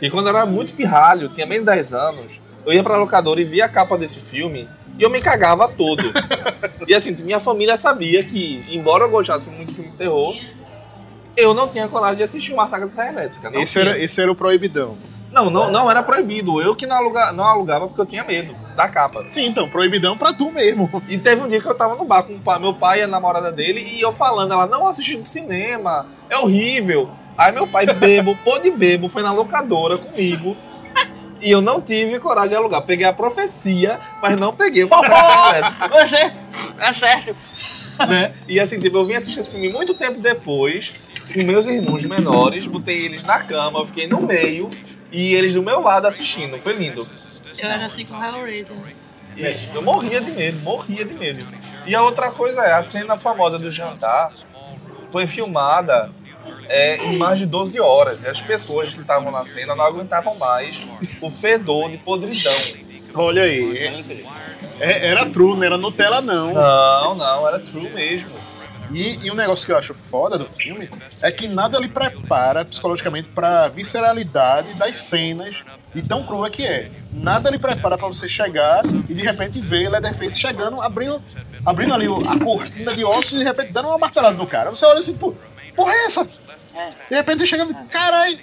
E quando eu era muito pirralho, tinha menos de 10 anos, eu ia pra locadora e via a capa desse filme e eu me cagava todo. e assim, minha família sabia que, embora eu gostasse muito de filme de terror, eu não tinha coragem de assistir o Massacre da Serra Elétrica. Não
Esse
tinha.
era, esse era o proibidão.
Não, não, não era proibido. Eu que não, aluga- não alugava porque eu tinha medo da capa.
Sim, então, proibidão pra tu mesmo.
E teve um dia que eu tava no bar com o pa- meu pai e a namorada dele e eu falando, ela, não, assisti no cinema, é horrível. Aí meu pai, bebo, pô de bebo, foi na locadora comigo. E eu não tive coragem de alugar. Peguei a profecia, mas não peguei o Massacre
Você é certo.
né? E assim, tipo, eu vim assistir esse filme muito tempo depois, com meus irmãos menores, botei eles na cama, eu fiquei no meio e eles do meu lado assistindo. Foi lindo.
Eu era assim com Hellraiser.
E eu morria de medo, morria de medo. E a outra coisa é, a cena famosa do jantar foi filmada é, em mais de 12 horas. E as pessoas que estavam na cena não aguentavam mais o fedor de podridão.
Olha aí. é- é- era true, não era Nutella, não.
Não, não, era true mesmo.
E, e um negócio que eu acho foda do filme é que nada lhe prepara psicologicamente pra visceralidade das cenas e tão crua que é. Nada lhe prepara pra você chegar e de repente ver Leatherface chegando, abrindo, abrindo ali o- a cortina de ossos e de repente dando uma martelada no cara. Você olha assim, pô, porra é essa? De repente chega, carai,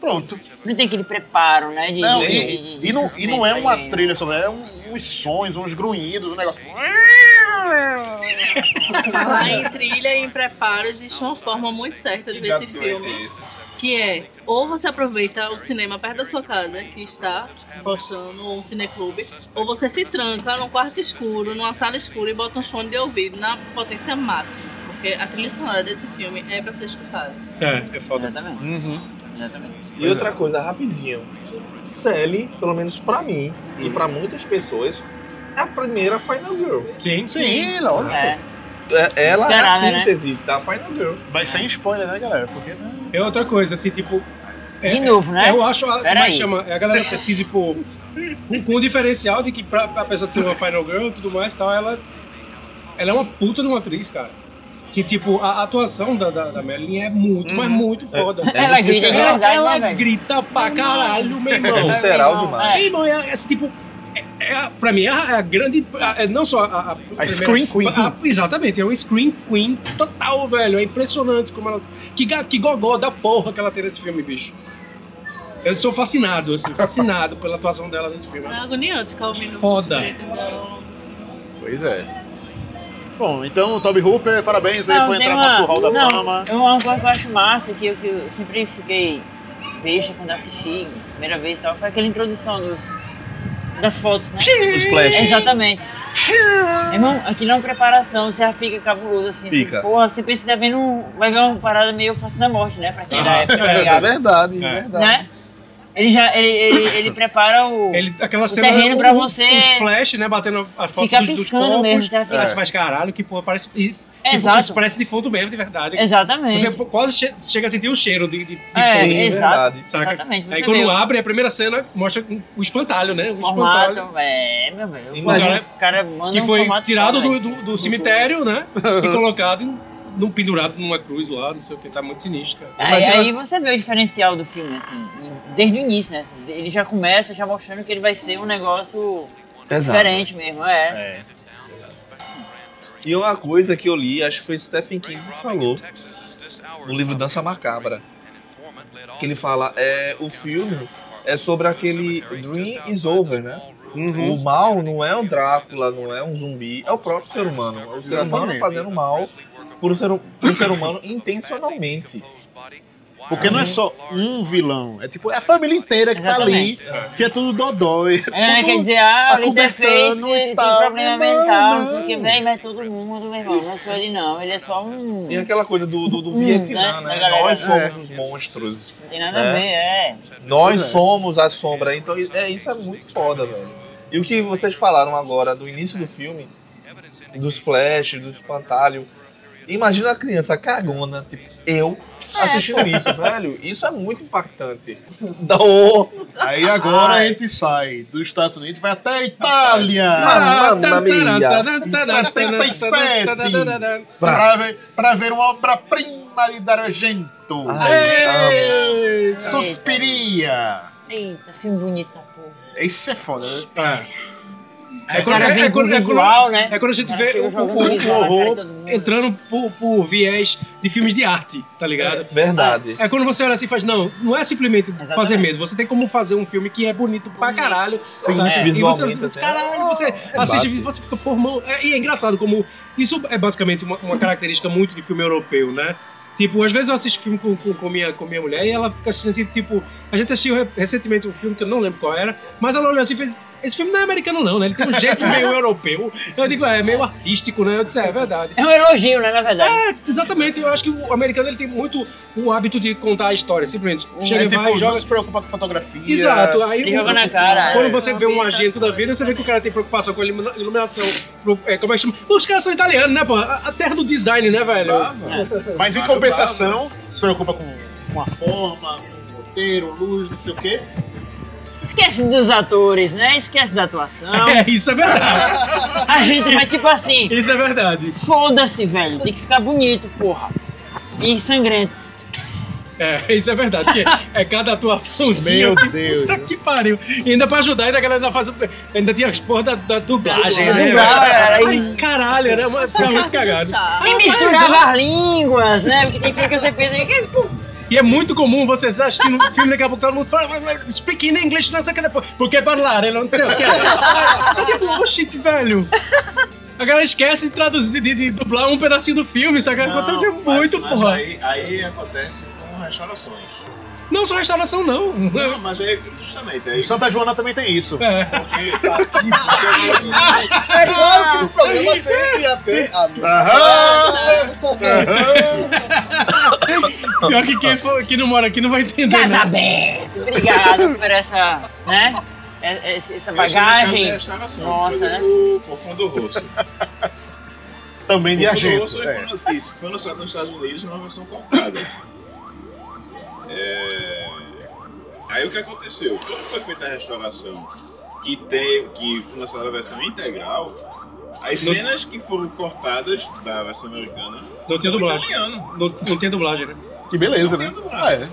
pronto.
Não tem aquele preparo, né? De,
Não,
de-
e,
de-
e não, e
suspense
não é
pra
uma
ninguém, né?
trilha só, é um- uns sons, uns grunhidos, um negócio.
Falar em trilha e em preparo, existe uma forma muito certa de ver esse
é
filme. Que é, ou você aproveita o cinema perto da sua casa, né, que está postando ou um cineclube, ou você se tranca num quarto escuro, numa sala escura e bota um fone de ouvido na potência máxima. Porque a trilha sonora desse filme é pra ser escutada.
É, é foda.
Exatamente.
E outra coisa, rapidinho. Sally, pelo menos pra mim e pra muitas pessoas, é a primeira Final Girl.
Sim,
Sim, lógico.
É. Ela é a
Esperava, né?
síntese da Final Girl.
Mas sem spoiler, né, galera? Porque né?
É outra coisa, assim, tipo. é-
De novo, né?
Eu acho a,
Pera
como é
aí.
que chama? É a galera que, tipo. Com, com o diferencial de que, pra- apesar de ser uma Final Girl e tudo mais e tal, ela. Ela é uma puta de uma atriz, cara. Assim, tipo, a a atuação da, da, da Marilyn é muito, mas muito foda.
é Ela muito grita de visceral. verdade,
Ela
né, velho?
grita pra caralho, meu irmão.
É
um
visceral
Meu irmão,
demais.
Meu irmão, é, é assim, tipo. é- É, a- pra mim, é a, é a grande. a- é não só a. A, primeira-
Scream Queen.
a- exatamente, é uma Scream Queen total, velho. É impressionante como ela. Que, ga- que gogó da porra que ela tem nesse filme, bicho. Eu sou fascinado, assim, fascinado pela atuação dela nesse filme.
É agoniante ficar ouvindo.
Foda.
Pois é. Bom, então, Toby Hooper, parabéns aí por
tem
entrar no
uma-
nosso Hall da
não,
Fama.
Eu, uma coisa que eu acho massa, que eu, que eu sempre fiquei besta quando assisti, primeira vez e tal, foi aquela introdução dos, das fotos, né?
Os flashes.
Exatamente. Irmão, aquilo é uma preparação, você já fica cabuloso assim.
Fica.
assim, Porra, você pensa que tá vendo um- vai ver uma parada meio face da morte, né? Pra quem
Ah.
é da época, tá
É
ligado?
verdade,
É.
é verdade.
Né? Ele já, ele, ele, ele prepara o,
Aquela
o
cena,
terreno
o-
pra
o-
você...
Os flash, né? Batendo as fotos
Fica
dos, dos
piscando
corpos.
mesmo, já fica-
Aí Você faz caralho, que porra, parece. E,
Exato.
Tipo, isso parece de fundo mesmo, de verdade.
Exatamente.
Você pô, quase che- chega a sentir o cheiro de, de, de
É,
fundo,
Sim,
né?
exato.
Saca?
Exatamente,
Aí
você
quando
vê.
abre, a primeira cena mostra um- o espantalho, né? O espantalho.
Formato, é, meu velho. O cara, o cara manda
que
um
foi
formato
tirado
foda,
do,
velho.
do- do cemitério, né? E colocado em- num pendurado numa cruz lá, não sei o que, tá muito sinistro. cara.
Aí, aí você vê o diferencial do filme, assim, desde o início, né? assim, Ele já começa já mostrando que ele vai ser um negócio
Pesado.
diferente mesmo, é.
E uma coisa que eu li, acho que foi Stephen King que falou no livro Dança Macabra. Que ele fala, é, o filme é sobre aquele Dream is over, né? O mal não é um Drácula, não é um zumbi, é o próprio ser humano. É o ser humano
Exatamente.
fazendo mal pro ser, hu- pro ser humano intencionalmente.
Porque não é só um vilão, é tipo, é a família inteira que
Exatamente.
tá ali, que é tudo dodói.
É,
tudo
quer dizer, ah, o interface
acobertando e
tem
tal,
problema
não,
mental, não
não.
sei o que, vem, mas todo mundo, meu irmão, não sou ele não, ele é só um...
E aquela coisa do, do, do
Hum, né? Da
Vietnã, né?
galera-
Nós somos
É.
os monstros.
Não tem nada a
né?
ver, é.
Nós
Pois é.
somos a sombra, então é, isso é muito foda, velho. E o que vocês falaram agora do início do filme, dos flashes, do espantalho. Imagina a criança cagona, tipo, eu, assistindo
pô.
isso, velho. Isso é muito impactante. Não.
Aí agora
Ai.
a gente sai dos Estados Unidos, vai até a Itália!
Ah, Mamma mia.
Em 77! Pra ver, pra ver uma obra-prima de D'Argento!
Ah, é.
Ai,
Ei, Suspiria!
Eita, filme bonito da porra.
Esse é foda, né?
Aí o cara vem com o visual, né?
é quando a gente
O cara
vê
chega
o,
jogando
o- o
visual na cara de
horror
todo mundo.
entrando por, por viés de filmes de arte, tá ligado?
É, verdade.
É, quando você olha assim e faz, não, não é simplesmente fazer medo, você tem como fazer um filme que é bonito pra caralho.
Sim,
sabe? E você,
visualmente, assim.
você,
até.
caralho, você assiste e você fica, pô, mão. É, e é engraçado como isso é basicamente uma, uma característica muito de filme europeu, né? Tipo, às vezes eu assisto filme com, com, com minha, com minha mulher e ela fica assistindo assim, tipo, a gente assistiu re- recentemente um filme que eu não lembro qual era, mas ela olhou assim e fez. Esse filme não é americano, não, né? Ele tem um jeito meio europeu. Eu digo, é meio artístico, né? Eu disse, é verdade.
É um elogio, né, na verdade?
É, exatamente. Eu acho que o americano ele tem muito o hábito de contar a história, simplesmente. Chega
é
e
tipo,
vai,
não
joga,
se preocupa com fotografia.
Exato. Aí,
Ele
o-
é, joga na cara,
Quando
é.
você vê um agente da vida, você vê que o cara tem preocupação com a ilumina- iluminação. pro- é, como é que chama? Os caras são italianos, né, pô? A, a terra do design, né, velho?
Ah.
É.
Mas em um compensação, se preocupa com, com a forma, com o roteiro, luz, não sei o quê.
Esquece dos atores, né? Esquece da atuação.
É, isso é verdade.
A gente vai tipo assim.
Isso é verdade.
Foda-se, velho. Tem que ficar bonito, porra. E sangrento.
É, isso é verdade. porque é cada atuaçãozinha.
Meu Deus.
Puta que pariu. E ainda pra ajudar, ainda a galera ainda faz o- Ainda tinha as porra da, da dublagem, né?
Dublagem, Ah, era aí.
Ai, Caralho, era uma, era muito cagado.
E misturava as línguas, né? Porque tem filme que você pensa que. pô,
E é muito comum vocês assistirem um filme daqui a pouco todo mundo fala, speak in English, não sei o que, depois, porque falar, não sei o que. É tipo, oh shit, velho. A galera esquece de traduzir, de, de dublar um pedacinho do filme, saca?
Não,
Acontece muito,
mas
porra.
Aí, aí acontece com restaurações.
Não só restauração, não.
Não, mas aí, justamente, é aí...
Santa Joana também tem isso.
É.
tá
É claro que no programa sempre ia ter a né?
Pior que quem, for- quem não mora aqui não vai entender. né?
Casa
não.
aberta. Obrigado por essa. né? É- é- Essa bagagem. Nossa, né?
O fundo rosto.
Também de
O fundo
agente.
rosto
é.
foi lançado- isso, foi lançado nos Estados Unidos numa versão cortada. É, Aí o que aconteceu? Quando foi feita a restauração que, tem, que foi lançada a versão integral, as
Não-
cenas que foram cortadas da versão americana
Não tem
no
dublagem.
italiano.
Não, não tem dublagem, né?
Que beleza, né?
dublagem.
Ah, é.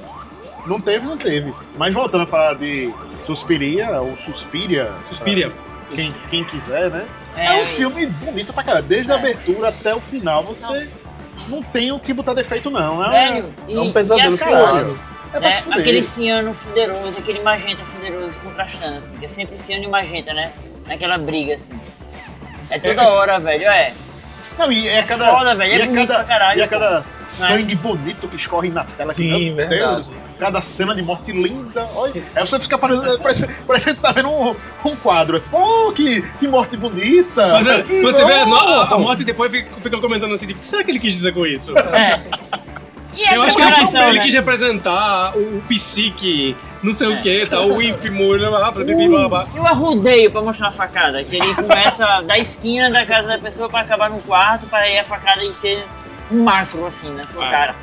Não teve, não teve. Mas voltando a falar de Suspiria ou Suspiria.
Suspiria.
pra Quem, quem quiser, né?
É,
É, um filme bonito pra caralho. Desde a abertura até o final, você não, tem o que botar defeito, não. É,
né?
Velho, e,
é um
e
pesadelo
as
do caralho.
cores,
É pra
né?
se fuder.
Aquele ciano fuderoso, aquele magenta fuderoso contrastando, assim, que é sempre ciano e magenta, né? Naquela briga, assim. É toda hora, velho, é.
Não, e é cada.
foda, velho, é
e
bonito pra
cada,
caralho,
E é cada
pô.
sangue bonito que escorre na tela. que,
Sim,
meu
verdade.
Deus, cada cena de morte linda. Olha, aí você fica parecendo. Parece, parece que tá vendo um, um quadro. é Tipo, oh, que, que morte bonita!
Mas é, você vê a, no- a, a
Oh.
morte e depois fica, fica comentando assim, tipo, o que será que ele quis dizer com isso?
É. E é
Eu acho que ele, quis-
preparação,
ele
né?
quis representar o, o psique, não sei o que, tal, o ínfimo, blá, blá, blá, blá, blá, blá.
E o arrudeio pra mostrar a facada, que ele começa da esquina da casa da pessoa pra acabar no quarto, pra aí a facada em ser um macro, assim, na sua
Ah.
cara.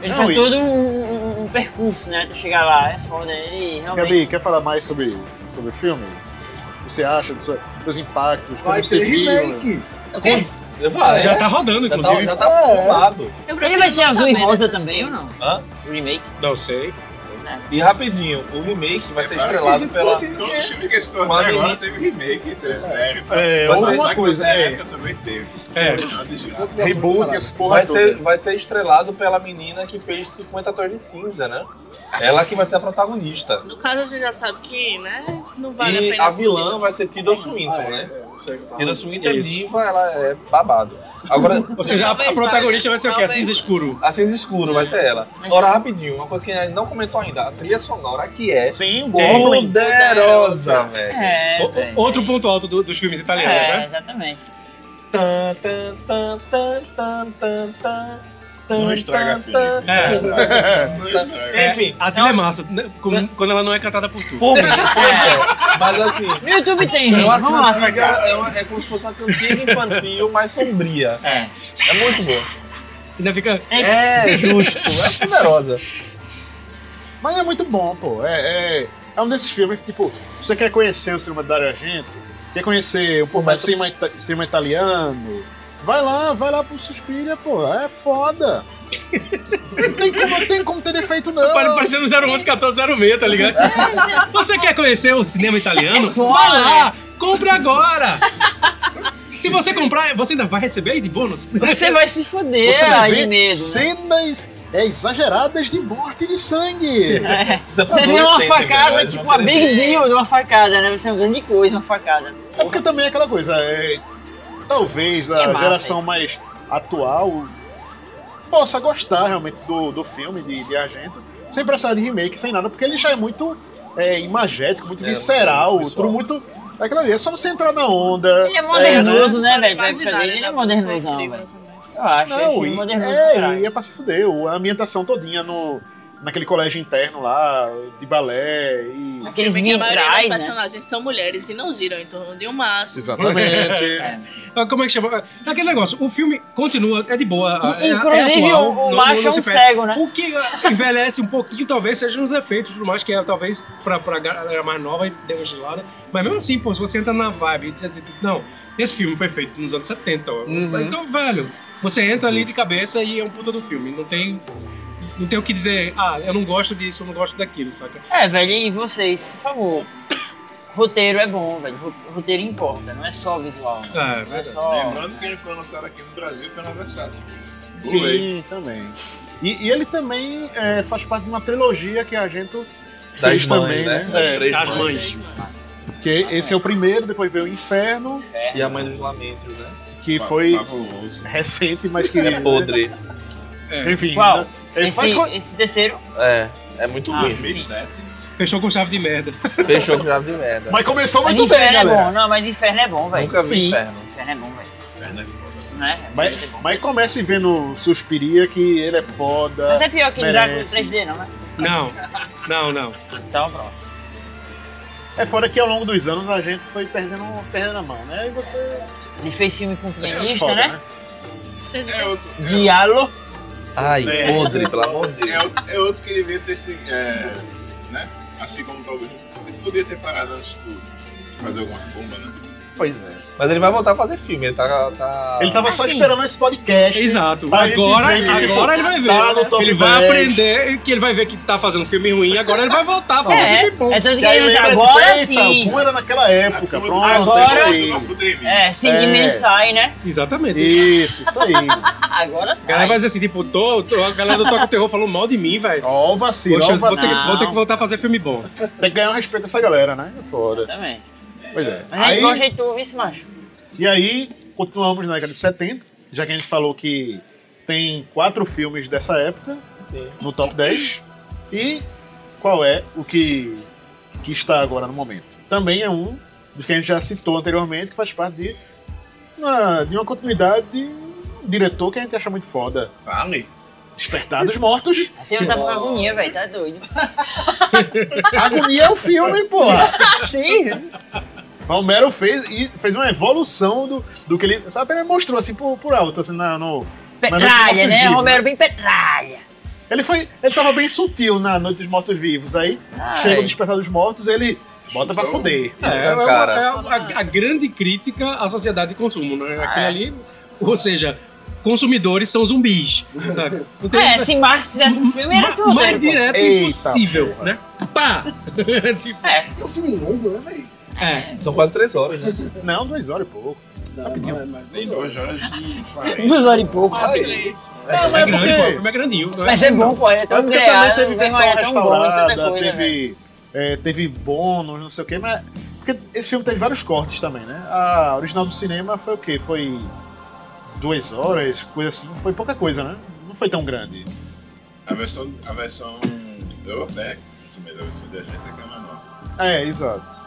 Ele
Não,
faz
e-
todo um, um- um percurso, né, até chegar lá. É foda, ele realmente...
Gabi, quer falar mais sobre, sobre o filme? O que você acha dos seus- dos impactos? Como
Vai
você
ter
viu?
remake.
Ok.
Vai,
Já
é.
tá rodando,
Já tá-
inclusive.
Já tá filmado.
Ele vai ser azul e rosa também, ou não?
Hã?
Remake? né?
Não sei.
E rapidinho, o remake
Tá
vai ser estrelado pela.
Todos os filmes que eles estão
Uma
até agora
menina-
teve remake, teve série.
É,
Mas
alguma
essa
coisa,
na
é.
época também né? teve.
É.
Reboot, as porra
Vai
toda.
ser, vai ser estrelado pela menina que fez 50 Tons de Cinza, né? Ela que vai ser a protagonista.
No caso, a gente já sabe que, né? Não vale a
E
pena.
a vilã
assistir.
vai ser Tilda
Ah, é.
Swinton, né? Tilda Swinton é
Isso.
diva, ela é babado. Agora,
Ou seja, a, a protagonista vai ser o quê? A cinza escuro.
A cinza escuro vai ser ela. Agora, rapidinho, uma coisa que a gente não comentou ainda. A trilha sonora que é
Sim, Goblin.
poderosa, velho.
É,
O-
velho.
Outro ponto alto do- dos filmes italianos,
É,
né?
exatamente.
Tan, tan, tan, tan, tan, tan, tan,
Não
tan,
estraga,
tan,
Felipe.
tan.
Não estraga.
É,
Enfim,
a trilha é massa, né? Com- quando ela não é cantada por tu.
Pô, meu, pois é. mas assim,
No YouTube tem,
é
gente.
uma
Vamos lá,
cantiga,
sacar.
é, uma- é como se fosse uma cantiga infantil mais sombria.
É.
É muito boa.
Ainda fica.
É justo, é poderosa.
Mas é muito bom, pô. É, é, é um desses filmes que, tipo, você quer conhecer o cinema da Argento, quer conhecer um pouco mais do cinema, ita- cinema italiano. Vai lá, vai lá pro Suspiria, pô. É foda. não, tem como, não tem como ter defeito, não.
Pare- Parecendo 011 1406, tá ligado? Você quer conhecer o cinema italiano?
É foda,
Vai lá! Compre agora! Se você comprar, você ainda vai receber aí de bônus?
Você vai se fuder
Você vai
ai, de
ver
medo. né?
cenas é, exageradas de morte e de sangue.
É.
Você
Você vê uma facada,
né?
de
tipo uma big deal de uma facada, né? Vai ser uma grande coisa, uma facada.
É porque também é aquela coisa, é, talvez a
É massa
geração
isso.
mais atual possa gostar realmente do, do filme de, de Argento, sem precisar de remake, sem nada, porque ele já é muito é, imagético, muito
É,
visceral,
muito
tudo muito. É aquela ali, é só você entrar na onda.
Ele é modernoso, né,
Só
velho? Pra
imaginar,
época dele,
né,
Ele
dá pra ser
é modernosão,
incrível
velho.
também.
Eu acho, ele é
né? Não,
filme
e,
modernoso.
é,
caralho.
e é pra se fuder, o- a ambientação todinha no. naquele colégio interno lá, de balé e.
Aqueles que a maioria das
né?
personagens são mulheres e não giram em torno de um macho.
É. Ah, Como é que chama? Tá Aquele negócio, o filme continua, é de boa. é- é
Inclusive,
atual,
o- o
não- não
macho é um
se perde.
cego, né?
O que ah, envelhece um pouquinho, talvez, seja nos efeitos e tudo mais, que é, talvez pra, pra galera mais nova e deu uma gelada. Mas mesmo assim, pô, se você entra na vibe e diz assim, não, esse filme foi feito nos anos 70, ó.
Uhum.
então, velho, você entra ali de cabeça e é um puta do filme. Não tem. Não tem o que dizer, ah, eu não gosto disso, eu não gosto daquilo, saca?
É, velho, e vocês, por favor. Roteiro é bom, velho. ro- Roteiro importa, não é só visual. né?
Ah, é
não é
verdade.
só.
Lembrando que ele foi lançado aqui no Brasil pela Versátil.
Sim,
Blu-ray.
também. E, e ele também é, faz parte de uma trilogia que a gente
Das
fez
mães,
também,
né?
né?
Das três
das
mães.
Que esse é o primeiro, depois veio o Inferno,
E a Mãe É, dos Lamentos, né?
que foi recente, mas que.
É podre.
É,
Enfim.
Qual?
né? Ele faz
Esse,
co-
esse terceiro?
É, é muito
Ah,
ruim.
Fechou com chave de merda.
Fechou com chave de merda.
Mas começou
Mas
muito bem,
Inferno é
galera.
bom, não, mas Inferno é bom, velho.
Nunca vi Sim. Inferno.
Inferno é bom, velho.
Inferno é foda.
Né?
Mas, mas comece vendo Suspiria, que ele é foda.
Mas é pior que Drácula
merece.
3D, não, né?
Não, não, não.
Então, pronto.
É fora que ao longo dos anos a gente foi perdendo, perdendo a mão, né? E você. é
Ele fez filme com pianista,
Foda, né?
né? Diálogo.
Ai,
É.
podre, pelo amor de Deus.
É, outro- é outro que ele devia ter se. é, né? Assim como talvez. Ele poderia ter parado antes de fazer alguma bomba, né?
Pois é.
Mas ele vai voltar a fazer filme, ele tá. tá-
Ah.
Ele tava só esperando esse podcast. né?
Exato.
pra ele
Agora,
dizer que, tipo,
agora ele vai ver.
tá no top
ele vai
10.
aprender que ele vai ver que tá fazendo filme ruim e agora ele vai voltar a fazer
É,
filme bom.
é tanto que
aí
ele
lembra de,
agora
"Eita,
sim.
Como era naquela época, pronto.
Agora-
isso aí.
É, Singman
É.
sai, né?
Exatamente.
Isso, isso aí.
Ah, Agora
A galera
sai.
vai dizer assim, tipo, tô, tô- a galera do Toca o Terror falou mal de mim, velho.
Ó, o vacilo, ó,
Poxa,
o
vou ter,
vacilo.
que- vou ter que voltar a fazer filme bom.
Tem que ganhar o respeito dessa galera, né? É foda.
Também.
Pois é.
Mas aí,
Aí-
igual jeito tu, vice macho.
E aí, continuamos na década de 70, já que a gente falou que tem quatro filmes dessa época no top 10. E qual é o que, que está agora no momento? Também é um dos que a gente já citou anteriormente, que faz parte de uma, de uma continuidade de um diretor que a gente acha muito foda.
Vale.
Despertar dos Mortos.
Tem outra com agonia, velho, tá doido.
Agonia é o filme, porra.
Ah, Sim.
Romero fez, e fez uma evolução do, do que ele. Sabe, ele mostrou assim por, por alto, assim, na, no. na Noite dos
Petralha,
Mortos
né?
Vivos.
Romero bem petralha.
Ele foi. Ele tava bem sutil na Noite dos Mortos Vivos. Aí
Ai.
chega o Despertar dos Mortos, ele bota pra fuder.
É, é, uma- é a, a grande crítica à sociedade de consumo, né? Aquilo ali, ou seja, consumidores são zumbis, sabe? Não tem-
É, se Marx fizesse um filme, era
Ma-
esse
mais
Romero. pô.
direto
Eita,
impossível, né? Pá! tipo,
É.
É um filme longo, né, velho?
é.
São quase três horas, né?
Não, duas horas e pouco.
Não, não é mais.
Tem né? duas horas de 40.
Duas horas e pouco.
Não, mas
É
é
grande, pô, o
porque.
filme é grandinho. não
Mas é bom, pô, é
É
tão
porque também
greado,
teve
velho,
versão
é tão bom, é tanta
restaurada,
coisa, velho.
teve. é, teve bônus, não sei o quê, mas. Porque esse filme teve vários cortes também, né? A original do cinema foi o quê? Foi. Duas horas, coisa assim. Foi pouca coisa, né? Não foi tão grande.
A versão, a versão europeia, justamente a versão de a gente é que é menor.
É, exato.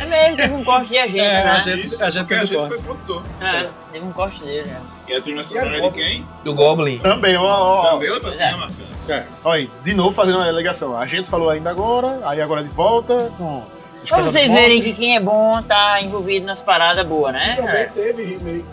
É mesmo, teve um corte de agenda,
É,
né?
a gente-
Isso,
a gente
porque
fez o
a gente foi
corte.
produtor.
É, teve um corte dele, né?
E a trilha sonora de quem?
Do Goblin.
Também, ó, ó, ó.
Também outra
é.
trilha marcante.
Olha aí, de novo fazendo uma ligação. A gente falou ainda agora, aí agora de volta com.
Tipo, Pra vocês verem que
Despertar
quem é bom tá envolvido nas paradas boas,
E também
né?
teve remake.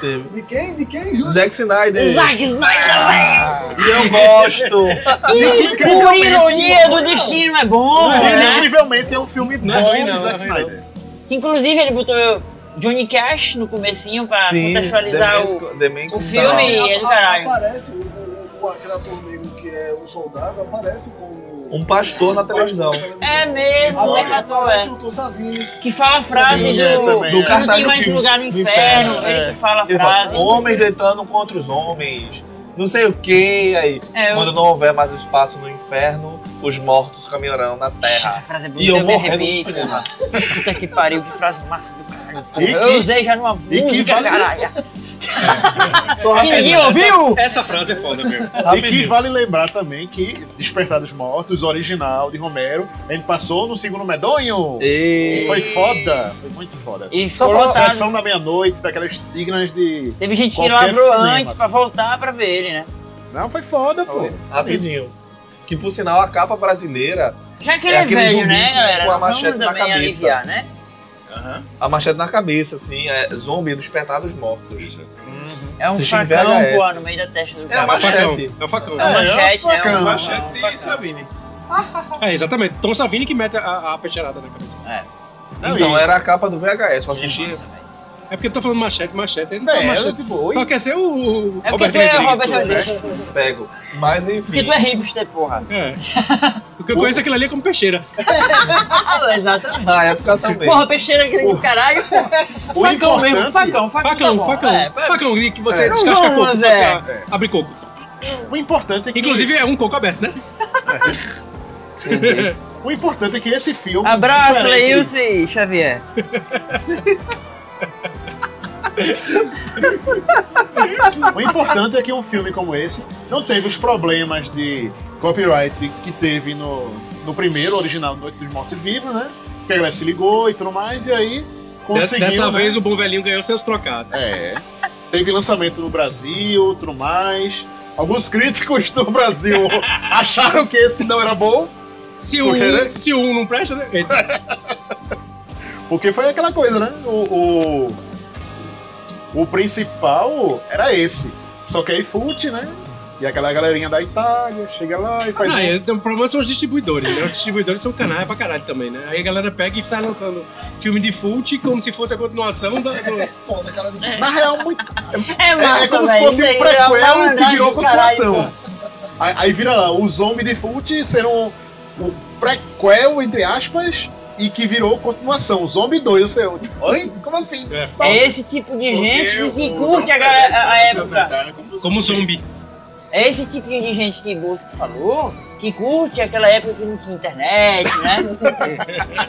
Teve.
De quem? De quem, Júlio?
Zack Snyder.
É. Zack Snyder!
E eu gosto.
dos Mortos. E que,
Por
incrivelmente-
ironia do destino, é bom,
Ele,
né?
incrivelmente é um filme bom
Não é ruim, não,
de Zack
não é ruim,
Snyder.
Que, Inclusive, ele botou Johnny Cash no comecinho pra contextualizar o...
The Man
o filme. é do caralho.
Aparece o, o, o, aquele ator negro que é um soldado, aparece como.
Um pastor na televisão.
É mesmo,
Aparece
bem matou, é.
o Tom Savini.
Que fala a frase
Sim,
do...
é, também,
Do
é.
Não
cartaz
tem
do
mais
filme.
lugar no
Do
inferno,
é.
ele que fala a
Ele fala,
frase.
homens lutando contra os homens. Não sei o que aí.
É, eu-
Quando não houver mais espaço no inferno, os mortos caminharão na
Essa
terra.
frase é bonita,
E eu
me
morrendo
arrepio.
no cinema.
Puta que pariu, que frase massa do caralho.
E que-
Eu usei já numa
que
música,
vale-
caralho.
Só
Que ninguém
rapidinho.
ouviu?
Essa frase é foda mesmo.
E que
Rapidinho.
vale lembrar também que Despertar dos Mortos, o original de Romero, ele passou no segundo medonho.
E...
E foi foda, foi muito foda.
E
Só
foi
uma
lotado.
sessão da meia-noite, daquelas dignas de.
Teve gente que
Qualquer
lavrou
assim.
cinema,
antes pra voltar pra ver ele, né?
Não, foi foda, pô.
Rapidinho.
Que
Que por sinal a capa brasileira.
Já que ele é,
aquele
velho,
zumbi
né, galera?
Com a
Vamos
machete na
também
cabeça.
aliviar, né?
A machete na cabeça, assim, é zumbi dos pecados mortos.
É um
Assistir em
facão
VHS.
pô, no meio da testa do
É
cara.
uma machete.
É um facão.
É uma machete, né?
É um
machete.
e Savini. É, exatamente. Tom Savini que mete a, a peixeirada na cabeça.
É.
Então era a capa do VHS, eu assisti.
É porque eu tô falando machete, machete. Ele não
É,
é, machete.
era tipo, oi.
Só quer ser o. o
É porque
Robert
tu é
Rodrigues,
Robert
pô.
Rodrigues.
Pego. Mas enfim.
Porque tu é hipster, porra.
É. O que eu conheço aquilo ali é como peixeira.
Exatamente.
Na época também.
é Porra, peixeira aquele do caralho, porra.
O
Facão
importante-
mesmo, facão, facão.
Facão,
tá bom.
facão.
É, pra-
Facão, que você
É. Não
descasca coco, né,
vamos,
pra
é.
cá, abre coco.
O importante é que.
Inclusive é um coco aberto, né?
o importante é que esse filme.
Abraço,
diferente-
Leilson e Xavier.
O importante é que um filme como esse não teve os problemas de copyright que teve no, no primeiro, original Noite dos Mortos Vivos, né? Que a galera se ligou e tudo mais, e aí
Dessa,
conseguiu.
dessa
né?
vez o bom velhinho ganhou seus trocados.
É. Teve lançamento no Brasil, tudo mais. Alguns críticos do Brasil acharam que esse não era bom.
Se o,
Porque, né?
se o um não presta, né? Eita.
Porque foi aquela coisa, né? O, o, o principal era esse. Só que aí fute, né? E aquela galerinha da Itália chega lá e faz.
Ah,
um-
é, então, o problema são os distribuidores, né? Os distribuidores são canais pra caralho também, né? Aí a galera pega e sai lançando filme de fult como se fosse a continuação da. do-
Foda, cara.
Na real, muito.
É, massa,
é como se
velho,
fosse
isso
um
aí é uma
prequel que
malandragem
virou
do caralho,
continuação. Aí, aí vira lá, os homens de Fult serão o um, prequel, entre aspas, e que virou continuação. Os homens dois, o seu. Oi? Como assim?
É esse tipo de gente que
o-
curte a, galera- a- a época.
Como um zumbi.
É esse tipo de gente que Bosco falou, que curte aquela época que não tinha internet, né?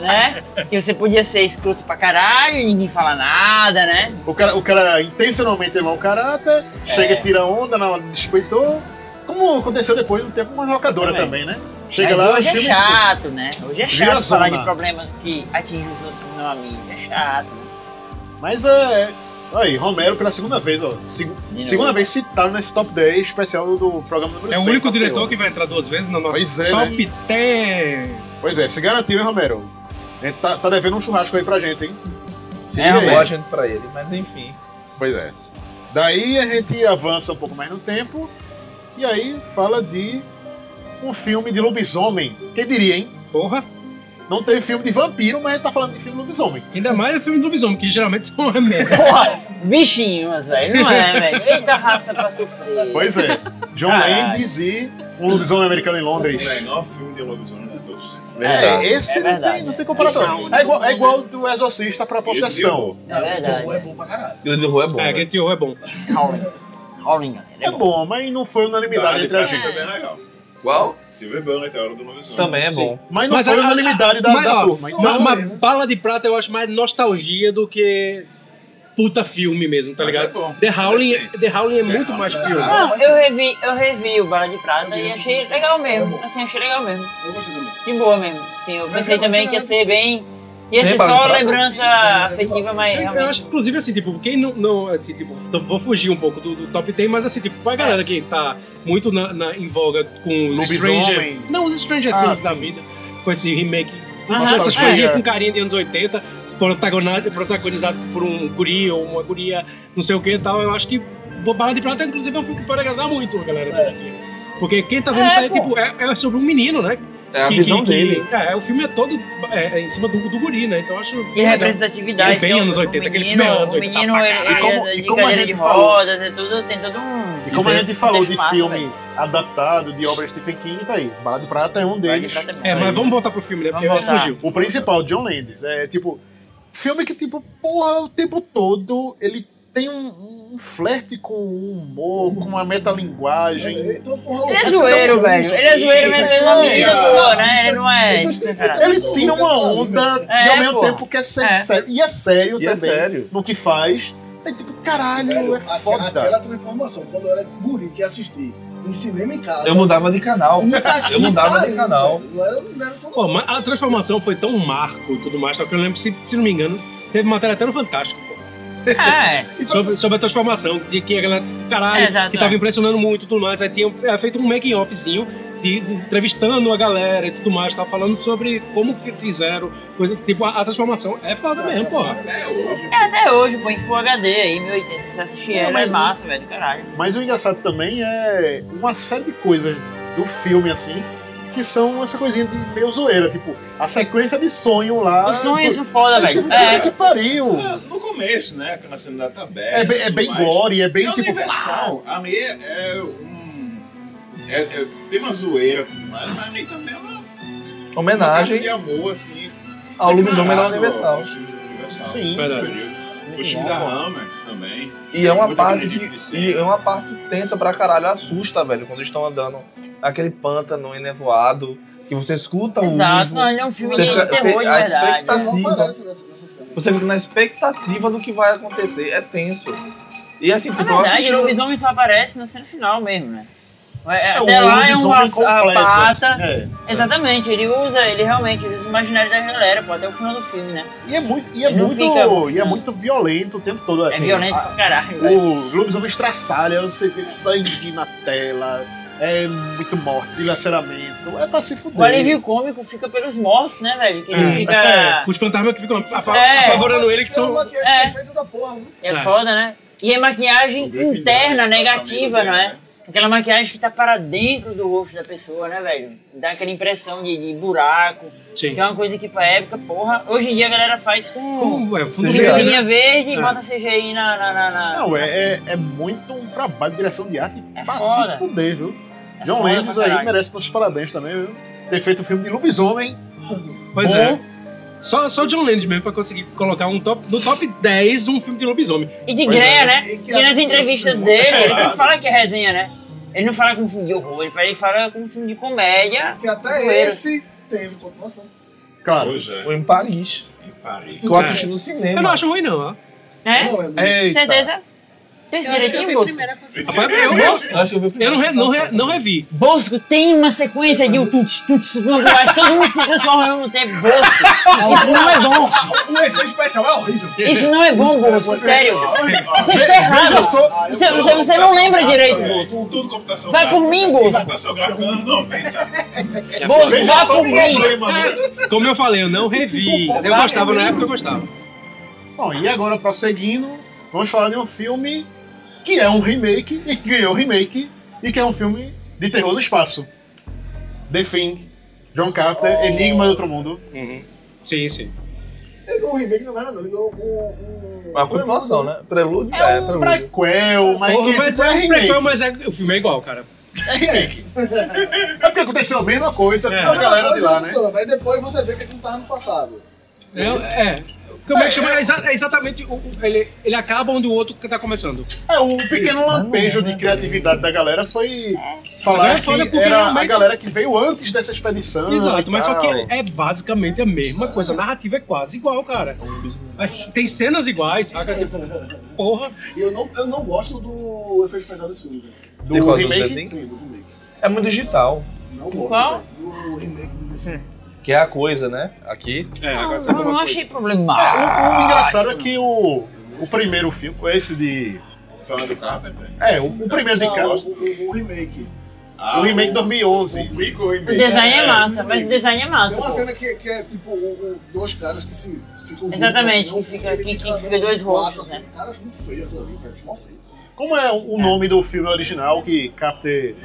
né? Que você podia ser escroto pra caralho e ninguém fala nada, né?
O cara, o cara intencionalmente é mau caráter,
É.
chega e tira onda na hora do distribuidor. Como aconteceu depois no tempo com uma locadora também, né? Chega
Mas
lá,
hoje é
filme-
chato, né? Hoje é
Vira
chato falar
zona.
de problemas que atingem os outros e não a mim. É chato.
Mas é. é- Aí, Romero pela segunda vez, ó. Segu-
novo.
segunda vez citado nesse top 10 especial do programa número
É o
100,
único
top
diretor
8.
que vai entrar duas vezes no nosso
Pois é,
top
né?
10.
Pois é, se garantiu, hein, Romero? A gente tá, tá devendo um churrasco aí pra gente, hein? Se
É,
liga aí.
eu a gente pra ele, mas enfim.
Pois é. Daí a gente avança um pouco mais no tempo e aí fala de um filme de lobisomem. Quem diria, hein?
Porra!
Não teve filme de vampiro, mas a gente tá falando de filme de lobisomem.
Ainda mais o filme do lobisomem, que geralmente são uma merda.
Porra, bichinhos, velho. Não é, velho. Eita raça pra sofrer.
Pois é. John
Caralho.
Landis e um lobisomem americano em Londres.
O
é
melhor filme de lobisomem de todos os tempos.
Ah,
É, esse não, tem, não tem comparação.
Esse é
É igual, é igual do Exorcista pra Possessão.
É verdade.
É bom pra caralho.
E o de rua é bom.
É,
né?
Get Horror é bom.
Howling,
É bom, mas não foi unanimidade
Dali
entre a
pra mim
gente.
também é legal.
Qual?
Silver Bullet, a hora do lobisomem.
Também é bom.
Mas não foi
a- a-
unanimidade da-
mas,
da
ó,
turma, então
mas
tudo
uma
bem, né?
bala de prata eu acho mais nostalgia do que puta filme mesmo, tá
Mas
ligado?
é bom.
The Howling, The Howling é muito mais filme.
Não, eu revi, eu revi o Bala de Prata e achei legal mesmo. Assim, achei legal mesmo.
Eu gostei também.
De boa mesmo. Sim, eu
Mas
pensei
eu
também
não-
que ia ser bem. Ia ser
Bem Bala de
só
Prata.
lembrança afetiva, mas
Eu, eu
realmente.
acho, inclusive, assim, tipo, quem não. não assim, tipo, t- vou fugir um pouco do, do top 10, mas assim, tipo, pra
É.
galera que tá muito na, na- em voga com os
Lobisomem.
Stranger. Não, os Stranger
Ah,
Things da
sim.
vida, com esse remake.
Aham,
essas
sim.
coisinhas
É.
com carinha de anos 80, protagonizado, protagonizado por um guri ou uma guria, não sei o que e tal. Eu acho que Bo- Bala de Prata, inclusive, é um filme que pode agradar muito a galera. hoje em dia. Porque quem tá vendo
É,
isso aí,
pô.
tipo, é, é sobre um menino, né?
É a visão dele.
é, o filme é todo é, é em cima do, do guri, né? Então eu acho.
E representatividade.
É bem
então,
anos 80,
o
aquele
menino,
filme é anos
O
80
menino
pra
ele,
caralho.
E
ele
como-
é
e
de
como a
cadeira de
gente falou-
rodas, é tudo, tem todo um.
E como a gente falou de
massa,
filme
velho.
adaptado de obra de Stephen King, tá aí. Bala de Prata é um deles.
É, mas vamos voltar pro filme, né? Porque
Vamos voltar.
fugiu.
O principal, John Landis. É tipo. Filme que, tipo, porra, o tempo todo ele tem um, um flerte com o humor, com uma metalinguagem.
Então, porra,
Ele é zoeiro, velho. Ele é zoeiro, mas ele é uma menina boa, né? Ele não é.
Ele tira uma onda e ao
É,
mesmo
pô.
tempo quer ser
É.
sério. E é sério
E é
também
sério.
no que faz. É tipo, caralho,
Velho,
é
aquela-
foda.
Aquela transformação, quando eu era guri que assisti em cinema em casa.
Eu mudava de canal.
Puta que
Eu mudava de
pariu,
canal.
velho. Não era, não era todo
Pô, mas a transformação foi tão marco e tudo mais, só que eu lembro, se, se não me engano, teve matéria até no Fantástico, pô.
É.
Sobre, sobre a transformação, de que a galera,
É,
caralho,
exato,
que tava
é.
impressionando muito e tudo mais. Aí tinha é, feito um making offzinho sentido, entrevistando a galera e tudo mais, tá falando sobre como que fizeram, coisa, tipo, a, a transformação é foda mesmo, porra.
É até hoje, põe em Full HD aí, 1080, se assistir
Não,
ela
mas
é
não-
massa, velho, caralho.
Mas o engraçado também é uma série de coisas do filme, assim, que são essa coisinha de meio zoeira. Tipo, a sequência de sonho lá. Tipo,
Os sonhos são foda, velho.
Puta
É.
Que pariu.
Ah, No começo, né? Aquela cena da tabela.
É bem- é bem gore, é
um
bem tipo,
Universal. A Mei é um. é- é- tem uma zoeira, tudo mais, mas a Mei também é uma. uma carta
Homenagem
de amor, assim.
ao lobisomem da
declarado
Universal.
ao filme da Universal.
Sim,
Verdade.
sim.
O time da Hammer também.
E é uma
Muito
parte
acredito
que- e é uma parte tensa pra caralho, assusta, velho, quando eles estão andando naquele pântano enevoado, que você escuta
Exato,
o uivo,
não, ele é um filme
você
de
fica-
terror,
você-
de
a
verdade.
Tá
tá
expectativa, você fica na expectativa do que vai acontecer, é tenso. E assim,
Na
tipo, eu
É verdade,
assisti-
o lobisomem só aparece na cena final mesmo, né? É,
É,
Até lá é
o
um a,
lobisomem completo,
a
assim,
pata.
é.
Exatamente, ele usa, ele realmente usa os imaginários da galera, pô, até o final do filme, né?
E é muito, E é,
Ele não
muito,
fica-
e é muito violento o tempo todo. Assim,
É violento pra caralho, velho.
O lobisomem estraçalha, você vê sangue na tela, é muito morte, dilaceramento. É pra se fuder.
O alívio cômico fica pelos mortos, né, velho? Que ele fica.
É, os fantasmas que ficam apa- apavorando ele, que são.
É,
É.
foda, né? E é maquiagem
é
interna,
né?
negativa, não é? Aquela maquiagem que tá para dentro do rosto da pessoa, né, velho? Dá aquela impressão de, de buraco.
Sim.
Que é uma coisa que pra época, porra, hoje em dia a galera faz com,
Com, é, fundo
com telinha
verde, né?
verde e
É.
bota CGI na. na, na, na-
Não, é, é, é muito um trabalho de direção de arte pra
É foda.
se fuder, viu?
É
John
foda
Landis
pra
aí
caralho.
merece nossos parabéns também, viu? Ter feito o filme de lobisomem.
Pois
Bom,
é. Só, só o John Landis mesmo pra conseguir colocar um top, no top 10 um filme de lobisomem.
E de
Pois
greia,
é.
né? Porque nas entrevistas
um
dele, ele não fala que é resenha, né? Ele não fala como filme de horror, ele- ele fala como filme de comédia.
Que até
zoeira.
esse teve continuação.
Claro,
foi é, em Paris.
Em Paris.
Que eu assisti no cinema.
É. Eu não acho ruim, não, ó.
É?
Não,
Eita.
Certeza? Tem esse
Eu acho que
direitinho,
eu vi
Bosco?
primeiro Rapaz, eu, eu,
acho que eu vi
eu não, re, não, re, não revi.
Bosco, tem uma sequência de um tuts, tuts, tuts, tuts, mas todo mundo se transforma ao mesmo tempo. Bosco, isso não é bom.
O efeito especial é horrível.
Isso não é bom,
Isso é
Bosco,
bom.
sério.
Ó,
Você
ve-
está errado.
veja só.
Você, você, você não lembra direito, Bosco.
Com tudo computação
Vai por mim, Bosco.
Computação gráfica anos 90.
Bosco, vá
Só
por
um
mim.
problema, né? Como eu falei, eu não revi. Eu gostava na época, eu gostava.
Bom, e agora prosseguindo, vamos falar de um filme que é um remake e que ganhou remake e que é um filme de terror no espaço. The Thing, John Carter,
Oh.
Enigma do Outro Mundo.
Sim, sim.
Ele ganhou um remake, não era não. Ele ganhou um. um-
Uma continuação, né? Prelúdio?
É
um
prequel, mas
Porra,
que
mas
tipo,
é
é
um
remake.
prequel, mas é, o filme é igual, cara.
É remake. é porque aconteceu a mesma coisa com
É.
a galera de lá,
Mas
né?
é outro canto, Aí depois você vê que aquilo tava no passado.
É, é. Como é que chama? É exa- é exatamente. o- o- ele, ele acaba onde o outro que tá começando.
É, o pequeno lampejo de criatividade da galera foi falar
Agora né? é foda
que
porque
era a
realmente-
galera que veio antes dessa expedição.
Exato, mas só que
e tal.
é basicamente a mesma coisa. A narrativa é quase igual, cara. Mas tem cenas iguais, saca? Tipo, Porra.
E eu não, eu não gosto do efeito especial desse filme. velho.
Do Decorador remake?
Sim, do remake.
É muito digital.
Não gosto.
Qual?
velho, Do remake do The
Hum.
Thing.
Que é a coisa, né? Aqui.
É,
Não, eu não achei
É, o, o
problemático.
engraçado é que o, o primeiro filme, esse de.
Você fala do Carpenter?
É, o, o primeiro de
Não,
cara.
o- o- o remake.
O remake de 2011.
Ah, O prequel
O
remake.
design é
É,
massa, mas o design é massa.
Tem uma
pô.
cena que, que é tipo um- um- dois caras que se ficam juntos,
Exatamente,
assim, um
que fica-
ele
que- que
andando
fica dois
no quadro,
rostos,
assim,
né?
Cara, acho muito feio aquilo ali, velho. acho Mó feio.
Como é o nome do filme original que Capter.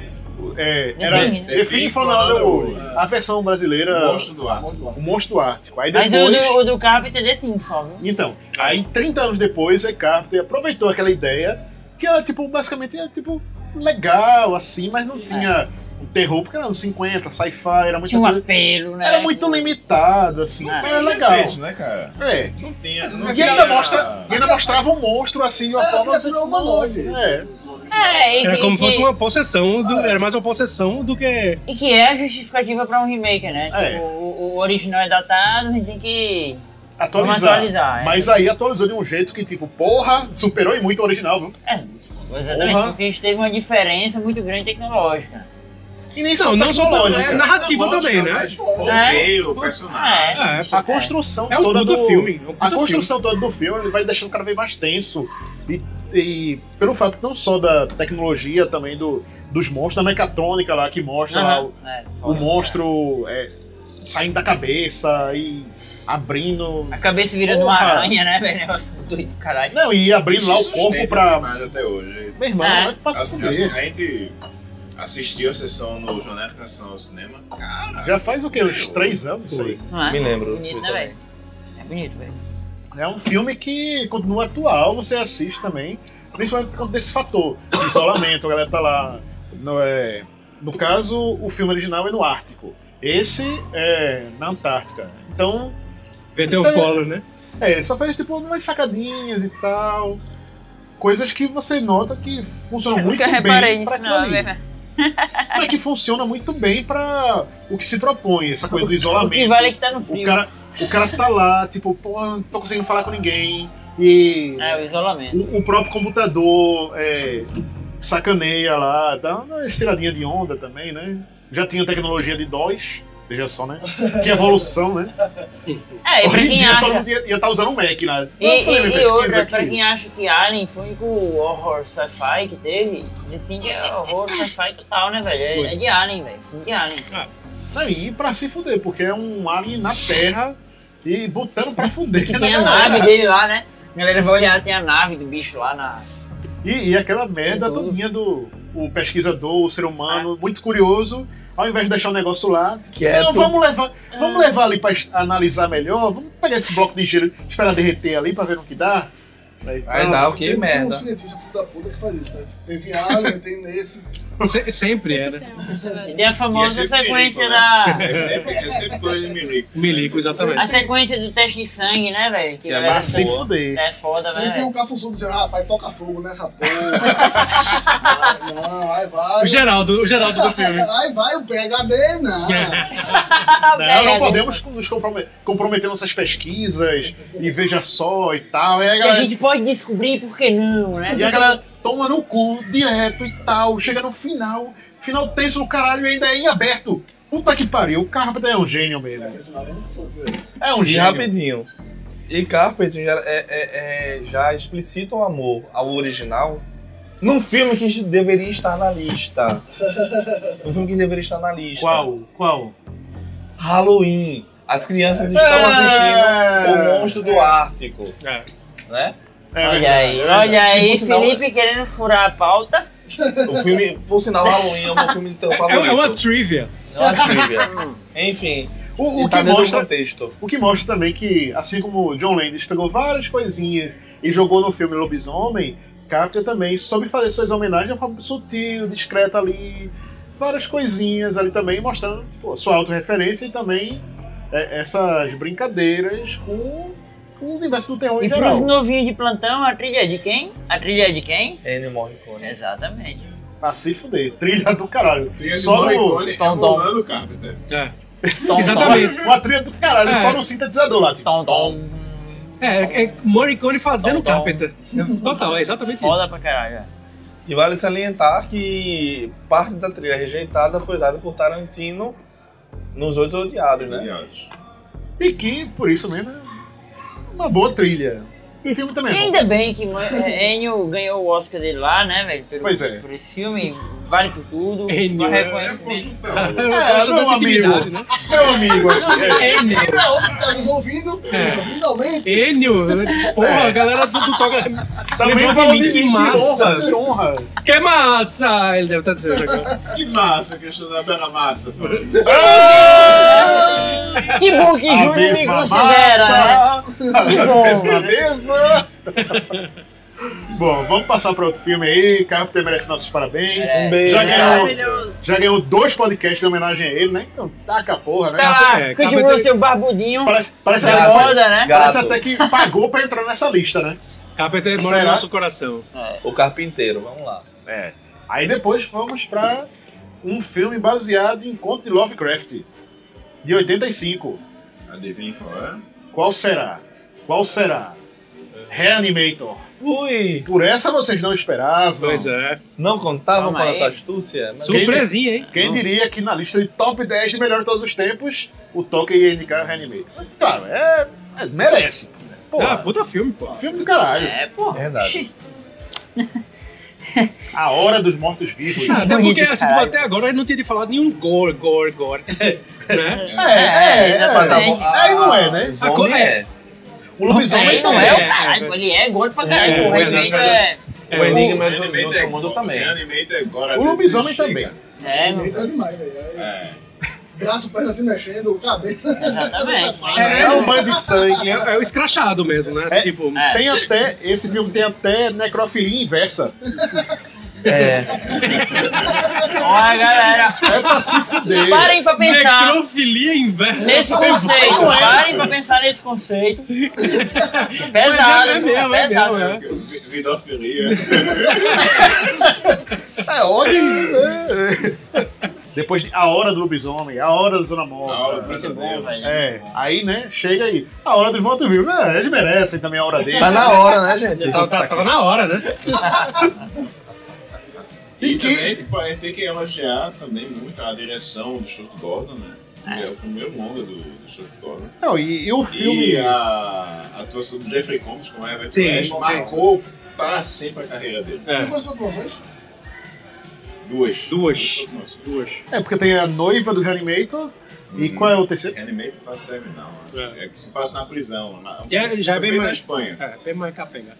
É, era
Thing, né?
The Thing from Another World. A versão brasileira.
O Monstro do Ártico.
O Monstro do Ártico. Aí
Mas
depois.
o do, o do Carpenter The Thing só, viu?
Então, aí 30 anos depois, a Carpenter aproveitou aquela ideia, que era tipo, basicamente, era, tipo, legal, assim, mas não tinha o terror, porque era anos 50, sci-fi, era muito.
É. Tinha um apelo, né?
Era muito limitado, assim,
Não
mas
tem
era legal.
efeitos,
né, cara?
É.
Não tinha. Não
E ainda,
tinha-
mostra, e ainda mostrava um monstro assim de uma
É,
forma
é, virou humanoide.
É.
É, e,
Era
que-
como
que,
fosse uma possessão. do- era mais uma possessão do que.
e que é a justificativa pra um remake, né?
É.
Tipo, o, o original é datado, a gente tem que. Vamos
Atualizar.
atualizar, é.
Mas aí atualizou de um jeito que, tipo, porra, superou e muito o original, viu?
É, exatamente,
Porra.
porque a gente teve uma diferença muito grande tecnológica.
E nem
Não,
só
não só
tecnológica.
é narrativa
Lógica,
também, né?
É.
mas Roteiro,
Ah,
personagem.
É,
A construção
É o
toda
puta
do
filme, é o
a
puta
construção toda do filme ele vai deixando o cara bem mais tenso. E E pelo fato não só da tecnologia, também do, dos monstros, da mecatrônica lá, que mostra lá
Aham.
o,
É,
o
foda.
monstro é, saindo da cabeça e abrindo.
A cabeça virando uma
Porra!
aranha, né, velho? Negócio doido, caralho.
Não, e abrindo lá o corpo pra.
até hoje.
Meu irmão,
É.
vai que faça
Assim,
fuder.
assim, a gente assistiu a sessão no Jornal Nacional ao Cinema. Cara,
Já faz o quê? Uns três anos isso aí?
Não é?
Me lembro,
Bonito,
fui
né, velho? É bonito, velho.
É um filme que continua atual, você assiste também, principalmente por conta desse fator. de Isolamento, a galera tá lá. No, é, no caso, o filme original é no Ártico. Esse é na Antártica. Então.
Perdeu
então,
o polo, né?
É, só faz tipo umas sacadinhas e tal. Coisas que você nota que funcionam
Eu
muito
nunca
bem.
reparei
pra
nisso,
aquilo
não, é
ali.
velho.
Mas que funciona muito bem pra o que se propõe, essa coisa do
O que
isolamento.
vale é que tá no frio.
O cara, o cara tá lá, tipo, porra, não tô conseguindo falar com ninguém. E.
É, o isolamento.
O, o próprio computador é, sacaneia lá, dá uma estiradinha de onda também, né? Já tinha tecnologia de DOS, veja só, né? Que evolução, né?
É, e pra
Hoje em
quem
dia
acha.
todo mundo ia estar usando o Mac lá.
E, e-
Eu falei, minha
e
pesquisa
outra,
aqui.
pra quem acha que Alien foi o único horror sci-fi que teve, The Thing é horror sci-fi total, né, velho? É, é de Alien, velho. Filme de Alien.
Aí, pra se fuder, porque é um alien na Terra e botando pra fuder. né?
Que
na
tem a
galera.
nave dele lá, né? A galera vai olhar, tem a nave do bicho lá na.
E, e aquela merda todinha do o pesquisador, o ser humano,
Ah.
muito curioso, ao invés de deixar o negócio lá,
Quieto.
não, vamos levar,
Ah.
vamos levar ali pra est- analisar melhor, vamos pegar esse bloco de gelo, esperar derreter ali pra ver no que dá. Aí,
Vai dar o que,
Tem um
merda?
cientista filho da puta que faz isso, né? Teve Alien, tem esse.
Se- sempre era.
Tem a famosa
é
sequência
né?
É,
da.
Milico,
A
exatamente.
sequência do teste de sangue, né, velho?
Que é
a galera
pra se
tá-
fuder.
É foda,
Sempre tem
velho.
um cafuçudo dizendo, rapaz, toca fogo nessa porra. Vai, não, aí vai.
O Geraldo, o Geraldo do filme.
Aí vai o PHD, não.
Ah, É,
Não, não podemos nos comprometer, comprometer nossas pesquisas e veja só e tal. E aí,
Se a
né, galera-
gente pode descobrir, por que não, né?
E a galera toma no cu direto e tal. Chega no final, final tenso do caralho e ainda é em aberto. Puta que pariu, o Carpenter é um gênio mesmo. É um
e
gênio.
rapidinho. E Carpenter já, é- é- é- já explicita o amor ao original num filme que deveria estar na lista. Um filme que deveria estar na lista.
Qual? Qual?
Halloween. As crianças
É!
estão assistindo O Monstro do Ártico.
É.
Tá
Né?
É
Olha
né,
aí, olha aí,
E, por sinal,
Felipe querendo furar a pauta.
O filme, por sinal, Halloween é o meu filme teu favorito.
É uma trivia.
É uma trivia. Enfim.
O, o
e tá
que
dentro do
mostra,
contexto.
o que mostra também que, assim como John Landis pegou várias coisinhas e jogou no filme Lobisomem, Carpenter também soube fazer suas homenagens de uma forma sutil, discreta ali, várias coisinhas ali também, mostrando tipo, sua autorreferência e também é, essas brincadeiras com, com o universo do terror em
E
geral.
pros novinhos de plantão, a trilha é de quem? A trilha é de quem?
Ennio Morricone.
Exatamente.
Pra se fuder, trilha do caralho.
Trilha de
só
Morricone
é
no.
emulando
Carpenter.
É.
Tom,
Exatamente.
Tom. Uma trilha do caralho,
É.
só no sintetizador lá. Tipo,
tom, tom.
É, é Morricone fazendo
Tá
Carpenter. Total, é exatamente
Foda
isso.
pra caralho. é.
E vale salientar que parte da trilha rejeitada foi usada por Tarantino nos Oito
tá
Odiados, né?
E que, por isso mesmo, é uma boa trilha. E o filme
E
também é bom.
ainda bem que mo- é, Ennio ganhou o Oscar dele lá, né, velho? pelo-
Pois é.
Por esse filme, vale por tudo.
Ennio,
só
é,
reconhecimento.
É, meu amigo.
né?
Meu amigo aqui. é.
Ennio.
Não, que tá nos ouvindo,
É.
finalmente.
Enio, eu disse, porra, a galera do, do Toca.
É. Também
lembrou de
falou
mim,
de
que
mim,
massa.
que honra. que honra.
Que massa! Ele deve estar dizendo agora.
Que massa, questão da bela massa. Fábio.
Ah, Que bom que
A
Júnior me
mesma
considera, né? Que
A mesma
bom.
mesa. Bom, vamos passar para outro filme aí. Carpenter merece nossos parabéns.
É.
Um beijo.
Já ganhou,
Maravilhoso.
já ganhou dois podcasts em homenagem a ele, né? Então taca a porra, né?
Tá lá,
É,
continua
Carpenter-
seu barbudinho.
Parece, parece,
Tá
até-
foda, né?
parece
Gato.
até que pagou pra entrar nessa lista, né?
Carpenter mora no
Será?
nosso coração.
O Carpinteiro, vamos lá.
É. Aí depois fomos pra um filme baseado em conto de Lovecraft, de 85.
Adivinha qual é?
Qual será? Qual será? Reanimator.
Ui!
Por essa vocês não esperavam.
Pois é.
Não contavam
Calma
com
aí.
essa astúcia?
Ah,
Mas-
Surpresinha, hein?
Quem diria que na lista de top 10 de melhor de todos os tempos, o Tolkien ia indicar Reanimator. Mas, Claro, é, é- merece. Pô,
Ah, puta filme, pô.
filme do caralho.
É, pô.
Verdade.
Xi.
A hora dos mortos-vivos.
Ah, até porque assim, tipo, até agora ele não tinha falado nenhum gore, gore, gore. Né?
É, é, é, mas a vo- a- Aí não é, né?
A co- é.
O lobisomem
não
não
Ah, é,
é.
o caralho, ele é gordo pra caralho.
É,
o
o
Renegade
Enigma-
é.
o Enigma
do outro mundo também. O Reanimator é agora.
O lobisomem tá- também.
É,
Ele tá demais, velho. Aí,
É.
Braço, perna se mexendo, cabeça.
Exatamente.
É, um banho de sangue.
É, é o escrachado mesmo, né?
É,
tipo,
Tem até, esse filme tem até necrofilia inversa.
É.
Olha, galera.
É pra se fuder.
Parem pra pensar.
Necrofilia inversa.
Nesse conceito,
Não é.
parem pra pensar nesse conceito.
Mas
Pesado,
é, é
hein?
mesmo, é
pesado.
mesmo, é.
Vidofilia.
É ódio. né? Depois de A Hora do Lobisomem, A Hora da Zona Morta.
A Hora do Pesadelo.
É, aí, né, chega aí. A Hora dos Mortos Vivos. Né, eles merecem também a hora deles.
Tá na hora, né, gente?
Tá- tá- tava na hora, né?
E, também tipo, a gente tem que elogiar também muito a direção do Stuart Gordon, né? Que É o primeiro longa do, do Stuart Gordon.
Não, e, e o filme.
E a a atuação do Jeffrey Combs com a Evan
Sim,
Flash
sim. É.
marcou para sempre a carreira dele.
Tem quantas populações?
Duas.
Duas.
Duas.
É porque tem a noiva do Reanimator.
Hum.
E qual é o terceiro?
Reanimator faz terminal. né? É. que se passa na prisão. Na,
Já, já
foi
é bem
feito
mais.
na Espanha.
É, bem mais capenga.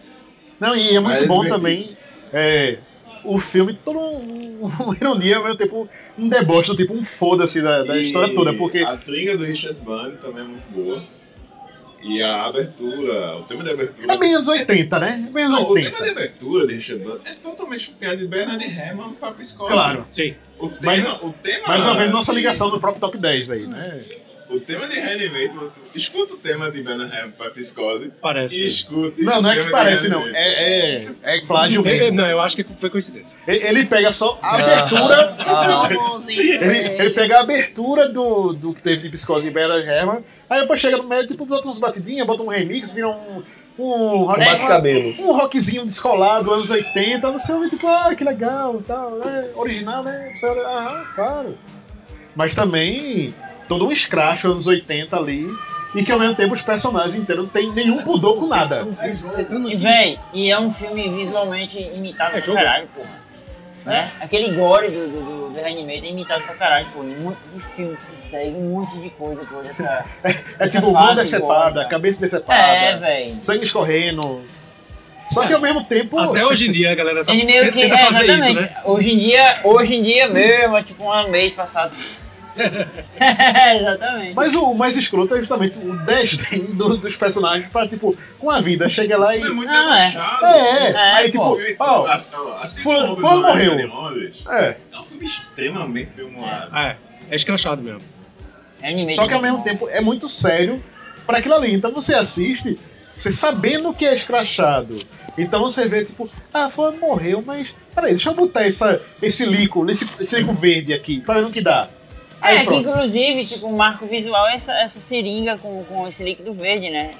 Não, e é
Mas
muito
é
bom
divertido.
também. É, o filme, toda um- uma ironia, ao mesmo tempo, um deboche, tipo um foda-se da, da
E
história toda. Porque
A trilha do Richard Bunny também é muito boa. E a abertura, o tema de abertura.
é bem anos 80, né? É bem anos
Não, o tema de
80.
abertura de Richard Bunny é totalmente copiado de Bernard Herrmann para Piscola.
Claro.
Sim.
O tema,
Mas-
o tema.
Mais uma vez, nossa
de- Ah,
ligação do próprio Top 10 daí, né?
O tema de Reanimate, escuta o tema de Bernard Herrmann para Piscola.
Parece.
E escute.
É Não, não é que parece, não.
É,
É, é, é plágio mesmo.
Não, eu acho que foi coincidência.
Ele ele pega só
Ah.
a abertura. Ele,
É.
ele pega a abertura do, do que teve de Psicose e Bernard Herrmann. Aí depois chega no meio, tipo, bota uns batidinhas, bota um remix, vira um. Um, rock-
bate-cabelo.
um rockzinho descolado, anos 80, não sei o que, tipo, ah, que legal e tal, né? Original, né? Você olha, Ah, claro. Mas também todo um escracho anos 80 ali, e que ao mesmo tempo os personagens inteiros não tem nenhum pudor com nada.
tá
E, véi, e é um filme visualmente
É
imitado pra
jogo.
caralho, porra. Né? Aquele gore do, do, do, do Reanimator é imitado pra caralho, porra. E Um monte de filme que se segue, um monte de coisa, porra, dessa.
É
essa
tipo mão
fase
decepada,
gótica.
cabeça decepada,
É, véi.
sangue escorrendo. Só que ao mesmo tempo.
Até hoje em dia a galera tá
Ele meio que.
tenta
É,
fazer
exatamente.
isso, né?
Hoje em dia, hoje em dia mesmo, é tipo um mês passado. É, exatamente.
Mas o, o mais escroto é justamente o desdém do- dos personagens pra, tipo, com a vida. Chega lá e.
é muito
Não,
Ah,
é.
debochado.
É, é.
É,
Aí, tipo,
pô.
ó,
assim
fulano-
como
fulano
Batman
morreu.
de Londres,
É.
É um filme extremamente bem humorado.
É, é escrachado mesmo.
Reanimator
Só que ao
é
mesmo
bom.
tempo é muito sério pra aquilo ali. Então você assiste, você sabendo que é escrachado. Então você vê, tipo, ah, fulano morreu, mas. Peraí, deixa eu botar essa, esse lico, esse, esse lico verde aqui, pra ver no que dá. Aí
é,
pronto.
que inclusive, tipo, o marco visual é essa, essa seringa com, com esse líquido verde, né?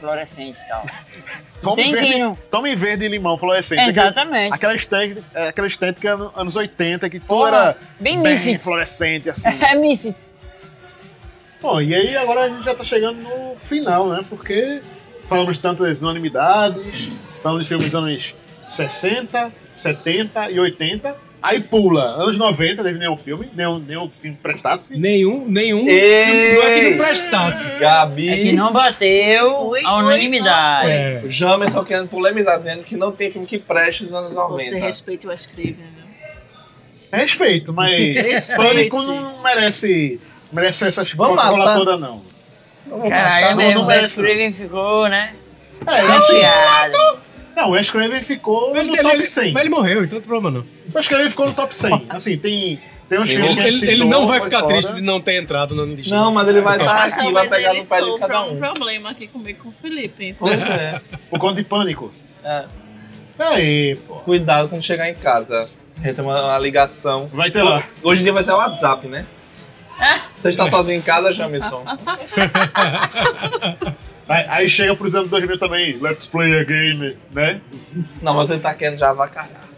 Fluorescente e tal.
Tome
Tem
verde,
quem não-
tome verde e limão, fluorescente.
Exatamente.
Aquela estética, aquela estética ano- anos 80, que tudo
Porra,
era
bem
Ah, bem
Misfits.
fluorescente, assim.
É Misfits.
Bom, e aí agora a gente já tá chegando no final, né? Porque falamos de tantas unanimidades, falamos de filmes dos anos 60, 70 e 80. Aí pula, anos 90, teve nenhum filme, nenhum, nenhum filme que prestasse.
Nenhum, nenhum
Ei!
filme não é que não prestasse.
Gabi.
É que não bateu a unanimidade.
É.
O Jamerson querendo polemizar, dizendo que não tem filme que preste nos anos 90.
Você respeita o Wes Craven, viu?
É Respeito, mas
Respeite.
Pânico não merece, merece essas
Vamos lá,
Coca-Cola
tá?
toda, não.
Caralho,
Não,
é mesmo,
não
o Wes
merece, não.
Craven ficou, né?
Tá É, eu achei-
Chateado.
Não, o Wes Craven ficou
Tá Mas
no
ele-
top
ele-
100.
Mas ele morreu, então não tem problema não.
O Wes Craven ficou no top 100. Assim, tem, tem uns filmes
Ele,
que a gente
ele- ele
citou,
não vai
foi
ficar
fora.
triste né? de não ter entrado na lista.
Não, mas ele vai
Ah,
estar
Ah,
Mas
aqui, vai
talvez
pegar
ele
no pé de
sofra
cada
um
um.
problema aqui comigo com o Felipe, então.
Pois é.
Por conta de Pânico.
É.
Peraí, pô.
Cuidado quando chegar em casa. Receba uma uma ligação.
Vai ter lá.
Hoje em dia vai ser o WhatsApp, né?
É?
Você está sozinho em casa, Jamerson?
Aí, aí chega pros anos 2000 também, let's play a game, né?
Não, mas ele tá querendo já avacalhar.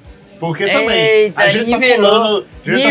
Porque também,
Eita,
a gente
nivelou.
tá pulando, a gente tá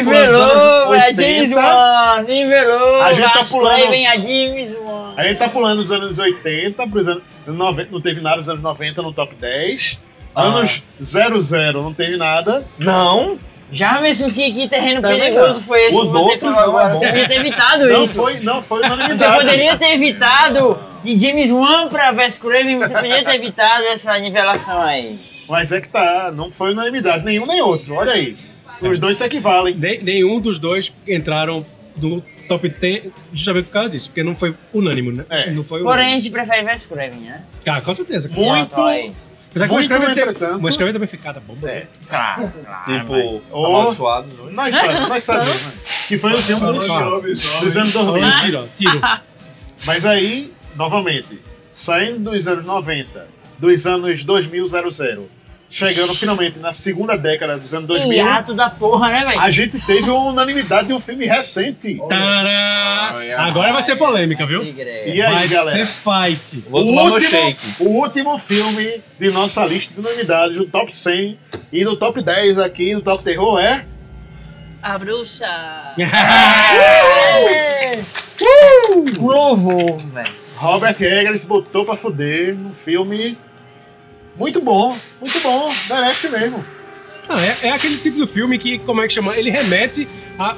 Nivelou,
pulando os
é
anos 80,
James Wan, nivelou.
A gente tá
Max
pulando-
Craven, a James Wan.
a gente tá pulando os anos 80 pros anos 90, não teve nada nos anos 90 no top 10,
Ah.
Anos 00, não teve nada.
Não.
Já, mas o que, que terreno perigoso foi esse que você falou agora? Você podia ter evitado
não
isso.
Foi, não foi unanimidade.
Você poderia ter evitado de James Wan pra Wes Craven, você podia ter evitado essa nivelação aí.
Mas é que tá, não foi unanimidade, nenhum nem outro, olha aí. Os dois se equivalem.
nenhum dos dois entraram no top 10 justamente por causa disso, porque não foi unânime, né?
É.
Não foi
Porém, a gente prefere Wes Craven, né?
Ah, com certeza.
Muito-
Tá aí.
Apesar que o
muito
Scraven tem.
entretanto-
O Scraven também tá ficada bomba.
É.
Claro,
Tipo,
Ô,
amaldiçoados. né?
Nós sabemos, nós sabemos. Que foi um filme
Falando
dos
de
jovens,
homens, homens.
dos anos 2000.
Tiro, tiro.
Mas aí, novamente, saindo dos anos 90, dos anos 2000, 00, chegando finalmente na segunda década dos anos 2000,
Hiato da porra, né, velho?
a gente teve uma unanimidade de um filme recente.
Tará! Agora vai ser polêmica, viu?
E aí,
vai
galera?
ser fight.
O último, o último filme de nossa lista de unanimidades, do top 100 e do top 10 aqui do Top Terror é...
A bruxa.
Uh!
Louvor, velho.
Robert Eggers botou pra fuder num filme muito bom, muito bom, merece mesmo.
Não, é, é aquele tipo de filme que, como é que chama? Ele remete a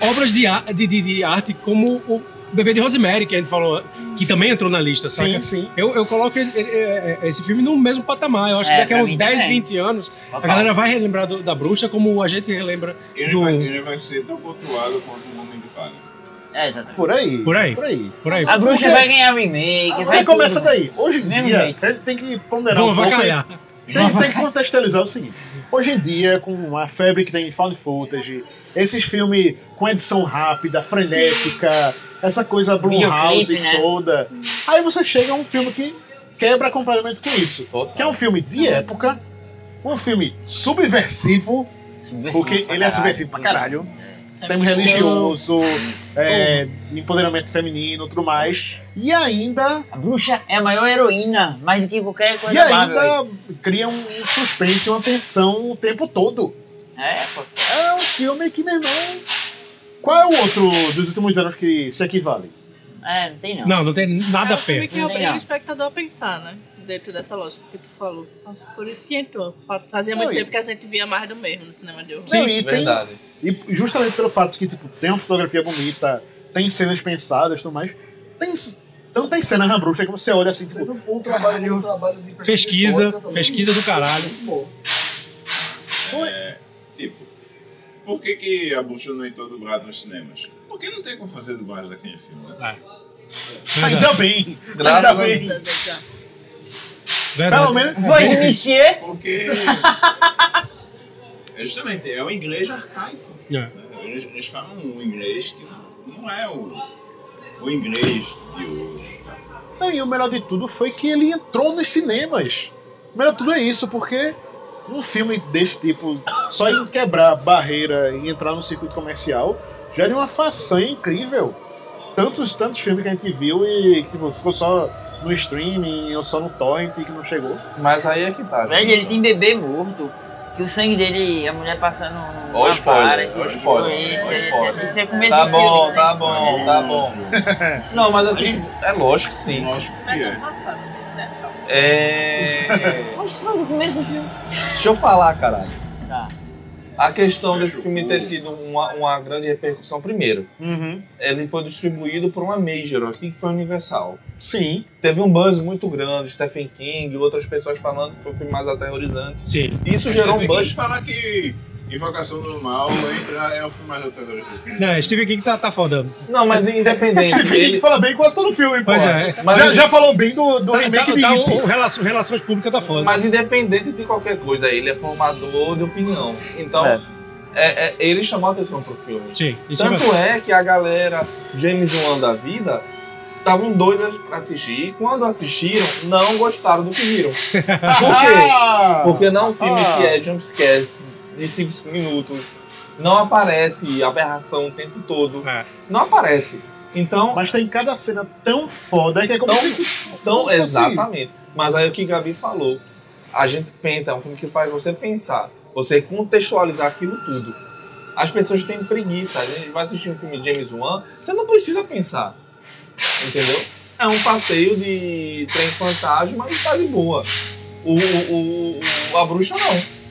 obras de, ar- de, de- de arte como o Bebê de Rosemary, que a gente falou, que também entrou na lista,
Sim,
saca?
sim.
Eu, eu coloco ele- ele- é, é, esse filme no mesmo patamar. Eu acho
É,
que daqui a
pra
uns
mim
10,
também.
20 anos, a
Total.
galera vai relembrar do- da bruxa como a gente relembra
Ele,
do...
vai, ele vai ser tão pontuado quanto o Homem de Palha.
É, exatamente.
Por aí.
Por aí.
Por aí.
Por aí.
A bruxa
Porque-
vai ganhar remake.
Agora
vai
começa
tudo.
daí. Hoje em
Mesmo
dia,
jeito.
a gente tem que ponderar
Vamos
um pouco.
avacalhar.
Tem, tem que contextualizar o seguinte. Hoje em dia, com a febre que tem em found footage, esses filmes com edição rápida, frenética, essa coisa Blumhouse
Videoclipe, né?
toda. Aí você chega a um filme que quebra completamente com isso. Que é um filme de época, um filme subversivo, porque
pra
ele é
caralho.
subversivo pra caralho. Tema religioso, é, empoderamento feminino, tudo mais. E ainda.
A bruxa é a maior heroína, mais do que qualquer coisa
E então?
Marvel aí.
ainda cria um suspense, uma tensão o tempo todo.
É, pô.
É um filme que, meu irmão. Qual é o outro dos últimos anos que se equivale?
É, não tem não.
Não, não tem nada a
É um filme
ver.
que obriga o espectador a pensar, né? Dentro dessa lógica que tu falou. Por isso que entrou. Fa- Fazia muito
Não, e-
tempo que a gente via mais do mesmo no cinema de horror.
Não, e tem- E justamente pelo fato que, tipo, tem uma fotografia bonita, tem cenas pensadas e tudo mais, tem tantas cenas na bruxa que você olha assim, tipo,
Um trabalho, um trabalho de pesquisa
é um
Pesquisa,
histórica também.
pesquisa do caralho.
Muito bom.
É, tipo, por que, que a bruxa não entrou dublada nos cinemas? Porque não tem como fazer dublagem daquele filme, né?
ainda bem!
Graças
ainda bem!
Verdade.
Pelo menos.
Voz de Monsieur.
Porque. é justamente, é o inglês arcaico. né?
É.
Eles, eles falam um inglês que não, não é o, o inglês de hoje. tá?
Não, E o melhor de tudo foi que ele entrou nos cinemas. O melhor de tudo é isso, porque um filme desse tipo, só em quebrar barreira e entrar no circuito comercial, já era uma façanha incrível. Tantos, tantos filmes que a gente viu e tipo, ficou só no streaming ou só no torrent que não chegou.
Mas aí é que tá.
Velho,
gente.
ele tem bebê morto. Que o sangue dele, a mulher passando no
Ó,
na
spoiler,
vara,
ó,
esses-
spoiler,
isso,
ó, spoiler.
Isso é começo
Tá
do filme,
bom,
né?
tá bom, tá bom.
é
Não, mas assim, é lógico que sim.
Lógico que
Mas
é.
tá passado, né? certo?
É.
Mas fala do começo do filme.
Deixa eu falar, caralho.
Tá.
A questão desse filme ter tido uma, uma grande repercussão, primeiro, ele foi distribuído por uma Major aqui, que foi Universal.
Sim.
Teve um buzz muito grande, Stephen King, outras pessoas falando que foi o filme mais aterrorizante.
Sim.
Isso
Mas
gerou um
teve
buzz.
gente falar que Invocação do Mal entra, é o filme mais aterrorizante.
Não, Steve King tá, tá foda.
Não, mas independente.
Stephen King
ele-
fala bem quase todo filme, pô.
Pois é.
Mas
já,
ele-
já falou bem do, do
Tá-
remake
tá-
de
tá
It.
o- o relaço- relações públicas tá foda.
Mas independente de qualquer coisa, ele é formador de opinião. Então, é. é- ele chamou a atenção pro filme.
Sim, isso é
Tanto
verdade.
é que a galera James Wan da vida estavam doidas pra assistir e quando assistiram, não gostaram do que viram. Por quê? Porque não é um filme
Ah.
que é jumpscare de 5 minutos. Não aparece aberração o tempo todo. Não aparece. Então,
Mas tem cada cena tão foda que é como
Tão-
se.
então,
como se fosse-
exatamente. Mas aí o que Gabi falou, a gente pensa, é um filme que faz você pensar, você contextualizar aquilo tudo. As pessoas têm preguiça, a gente vai assistir um filme de James Wan, você não precisa pensar, entendeu? É um passeio de trem fantasma e tá de boa. O, o, o- a bruxa não.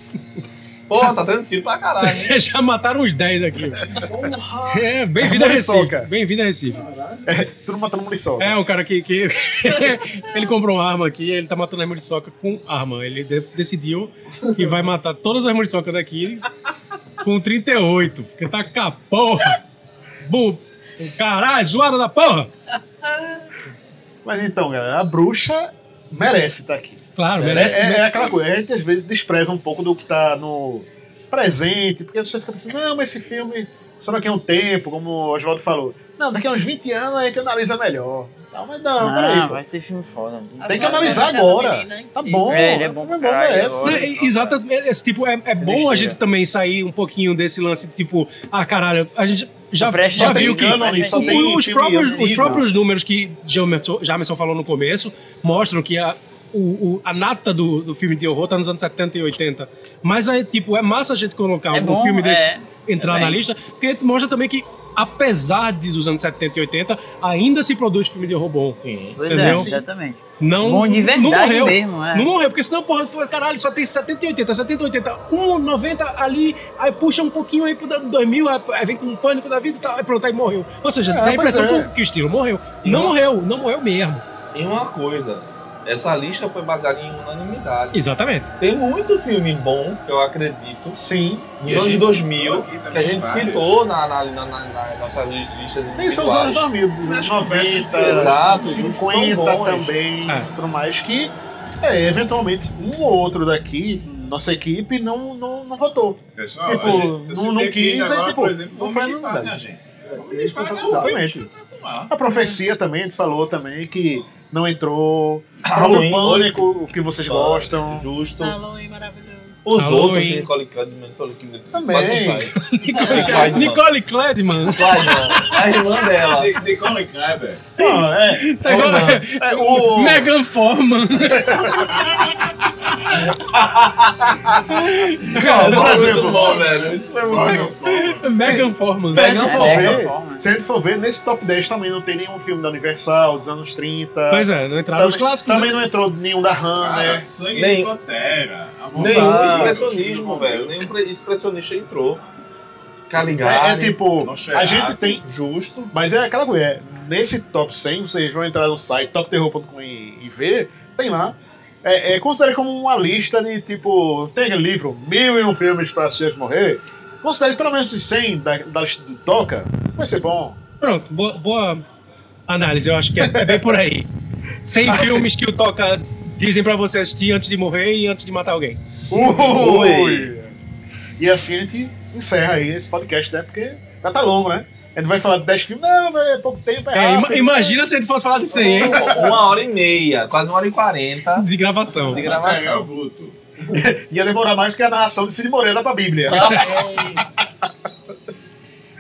Pô, tá dando tiro pra caralho, hein?
Já mataram uns 10 aqui.
Porra!
É, bem-vindo a
Muriçoca.
Recife. Bem-vindo a Recife.
É, tudo matando muriçoca.
É, um cara que, que- ele comprou uma arma aqui, ele tá matando as muriçoca com arma. Ele de- decidiu que vai matar todas as muriçoca daqui com 38. Porque tá com a porra. Bu, caralho, zoada da porra.
Mas então, galera, a bruxa merece estar aqui.
Claro,
É,
merece.
É,
né?
é aquela coisa, a gente às vezes despreza um pouco do que tá no presente, porque você fica pensando, não, mas esse filme só daqui a um tempo, como o Oswaldo falou. Não, daqui a uns 20 anos a gente analisa melhor. Tá, mas não,
Não,
peraí, pô.
vai ser filme foda. né?
Tem que analisar agora. Tá bom,
É, ele é bom pra
filme
caralho,
merece.
eu gosto.
É, Exatamente, esse tipo, é, é bom a
besteira.
gente também sair um pouquinho desse lance, tipo, ah, caralho, a gente já,
presta
já
atenção,
viu que
Cânone, só tem um
os,
filme
próprios,
antigo.
os próprios números que Jamerson, Jamerson falou no começo mostram que a, o, o- a nata do, do filme de horror tá nos anos 70 e 80. Mas é, tipo, é massa a gente colocar
É
um
bom,
filme desse
é.
entrar
É
na
bem.
lista, porque a gente mostra também que apesar de, dos anos 70 e 80, ainda se produz filme de horror bom. Sim,
Pois é, exatamente.
não,
Bom de verdade
não morreu.
mesmo, é.
Não morreu, porque senão, porra, foi, caralho, só tem 70 e 80, 70 e 80, 1, 90 ali, aí puxa um pouquinho aí pro 2000, aí aí vem com um pânico da vida e tal, aí pronto, aí morreu. Ou seja,
É,
dá a
pois
impressão
é.
que o- que o estilo morreu. Não morreu, não morreu mesmo.
um- E uma coisa, essa lista foi baseada em unanimidade.
Exatamente.
Tem muito filme bom, que eu acredito.
Sim.
Nos
E a
anos
gente
2000,
citou aqui
que a
também
gente
vários.
citou na, na, na, na, na nossa li- lista de
Nem são os anos 2000,
Nas
dos anos 90,
conversas, exato, são
50
bons.
também, tudo mais, que é, eventualmente um ou outro daqui, nossa equipe, não, não, não votou.
Pessoal,
tipo,
a gente- eu
não, não
citei aqui
quis, aí,
agora,
tipo,
por exemplo,
não
o
foi
Homem de Paga,
nada.
gente.
É,
O Homem de Paga não,
Exatamente.
foi espetacular.
A profecia também, a gente falou também que não entrou.
Ah,
Halloween.
Halloween, Pânico, o que vocês
Olha,
gostam. Ah,
Justo.
Halloween maravilhoso.
Os
Alô,
outros,
hein?
Nicole Kidman, pelo que
Também.
quase não sai.
Nicole,
Kidman.
Nicole Kledman.
A irmã dela.
Ni- Nicole Kleiber.
Pô, é.
Tá igual-
É, o-
Megan Forman.
Ó, por exemplo,
bom, velho. Isso foi muito bom.
Megan Forman.
Se a gente
Megan
for
Forman.
ver, se a gente for ver, nesse top 10 também não tem nenhum filme da Universal, dos anos 30.
Pois é, não entraram os
Também-
clássicos, né?
Também não entrou nenhum da Hannah,
Ah,
né?
Cara, sangue
Nem-
de pantera. a
Nenhum
Ah,
vontade,
expressionismo, velho. Nenhum pre- expressionista entrou.
É, é
Caligari.
tipo, a
Nosferatu.
gente tem.
Justo.
Mas é aquela coisa, é, nesse top 100, vocês vão entrar no site topterror.com e, e ver, tem lá. É, é considere como uma lista de tipo. Tem aquele livro, Mil e um Filmes para Seus Morrer. Considere pelo menos os 100 da, da lista do Toca, vai ser bom.
Pronto, boa, boa análise, eu acho que é, é bem por aí. 100 filmes que o Toca dizem pra você assistir antes de morrer e antes de matar alguém.
Ui. E assim a gente encerra aí esse podcast, né? Porque já tá longo, né? A gente vai falar de 10 filmes, não, mas é pouco tempo, é,
É, ima-
rápido.
imagina se ele fosse falar de 100, hein?
Uma hora e meia, quase uma hora e quarenta
De gravação.
de
Rafael
gravação.
Bruto.
Ia demorar mais do que a narração de Cid Moreira pra Bíblia.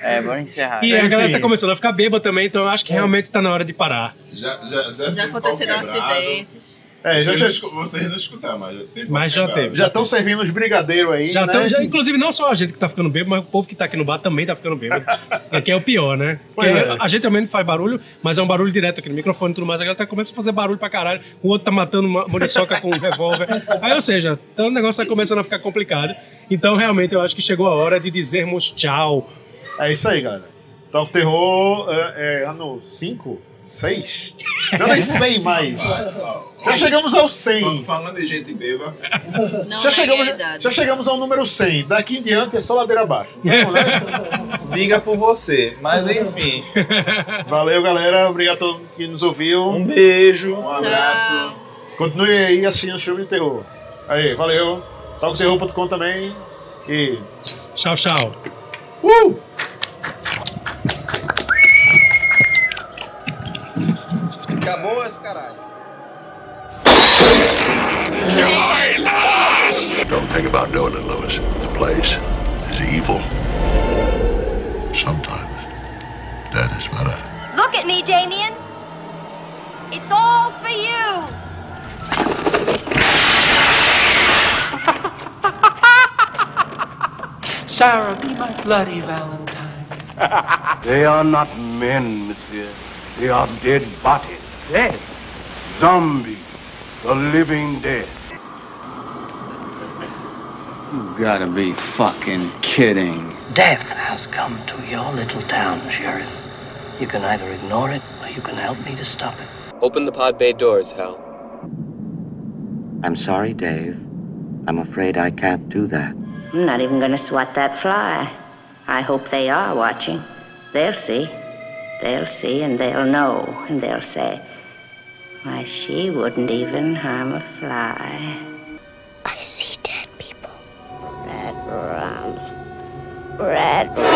É, bora encerrar.
E
Ah,
a
Enfim. É.
galera tá começando a ficar bêbada também, então eu acho que realmente tá na hora de parar.
Já, já, já,
Já um
teve pau
aconteceram
quebrado.
acidentes.
É, já,
vocês,
já,
não escu- vocês não escutaram, mas já teve.
Mas já teve.
Já estão servindo os brigadeiros aí.
Já
né?
tão- já- inclusive, não só a gente que tá ficando bêbado, mas o povo que tá aqui no bar também tá ficando bêbado. É que é o pior, né?
Pois
Porque
é.
A gente também faz barulho, mas é um barulho direto aqui no microfone e tudo mais. A galera tá começando a fazer barulho pra caralho. O outro tá matando uma muriçoca com um revólver. Aí, ou seja, então o negócio tá começando a ficar complicado. Então, realmente, eu acho que chegou a hora de dizermos tchau.
É isso aí, galera. Toca o Terror é, é, ano 5? 6? Já nem sei mais. Já chegamos ao 100.
Falando de gente beba,
Não
é
Já
na
chegamos,
realidade.
já chegamos ao número 100. Daqui em diante é só ladeira abaixo. Vamos, né?
Diga por você. Mas enfim.
Valeu, galera. Obrigado a todo mundo que nos
Um
ouviu.
beijo.
um abraço.
Continue aí assistindo o filme de terror. Aí, valeu. Toca o terror.com também. E.
Tchau, tchau.
Uh!
Acabou esse caralho.
Don't think about doing it, Lewis. The place is evil. Sometimes that is better.
Look at me, Damien. It's all for you.
Sarah, be my bloody Valentine.
They are not men, monsieur. They are dead bodies. Dead? Zombies. The living dead.
You gotta be fucking kidding.
Death has come to your little town, Sheriff. You can either ignore it or you can help me to stop it.
Open the pod bay doors, Hal.
I'm sorry, Dave. I'm afraid I can't do that.
I'm
not even gonna swat that fly. I hope they are watching. They'll see. They'll see and they'll know and they'll say, Why, she wouldn't even harm a fly.
I see dead people.
Red rum. Red rum.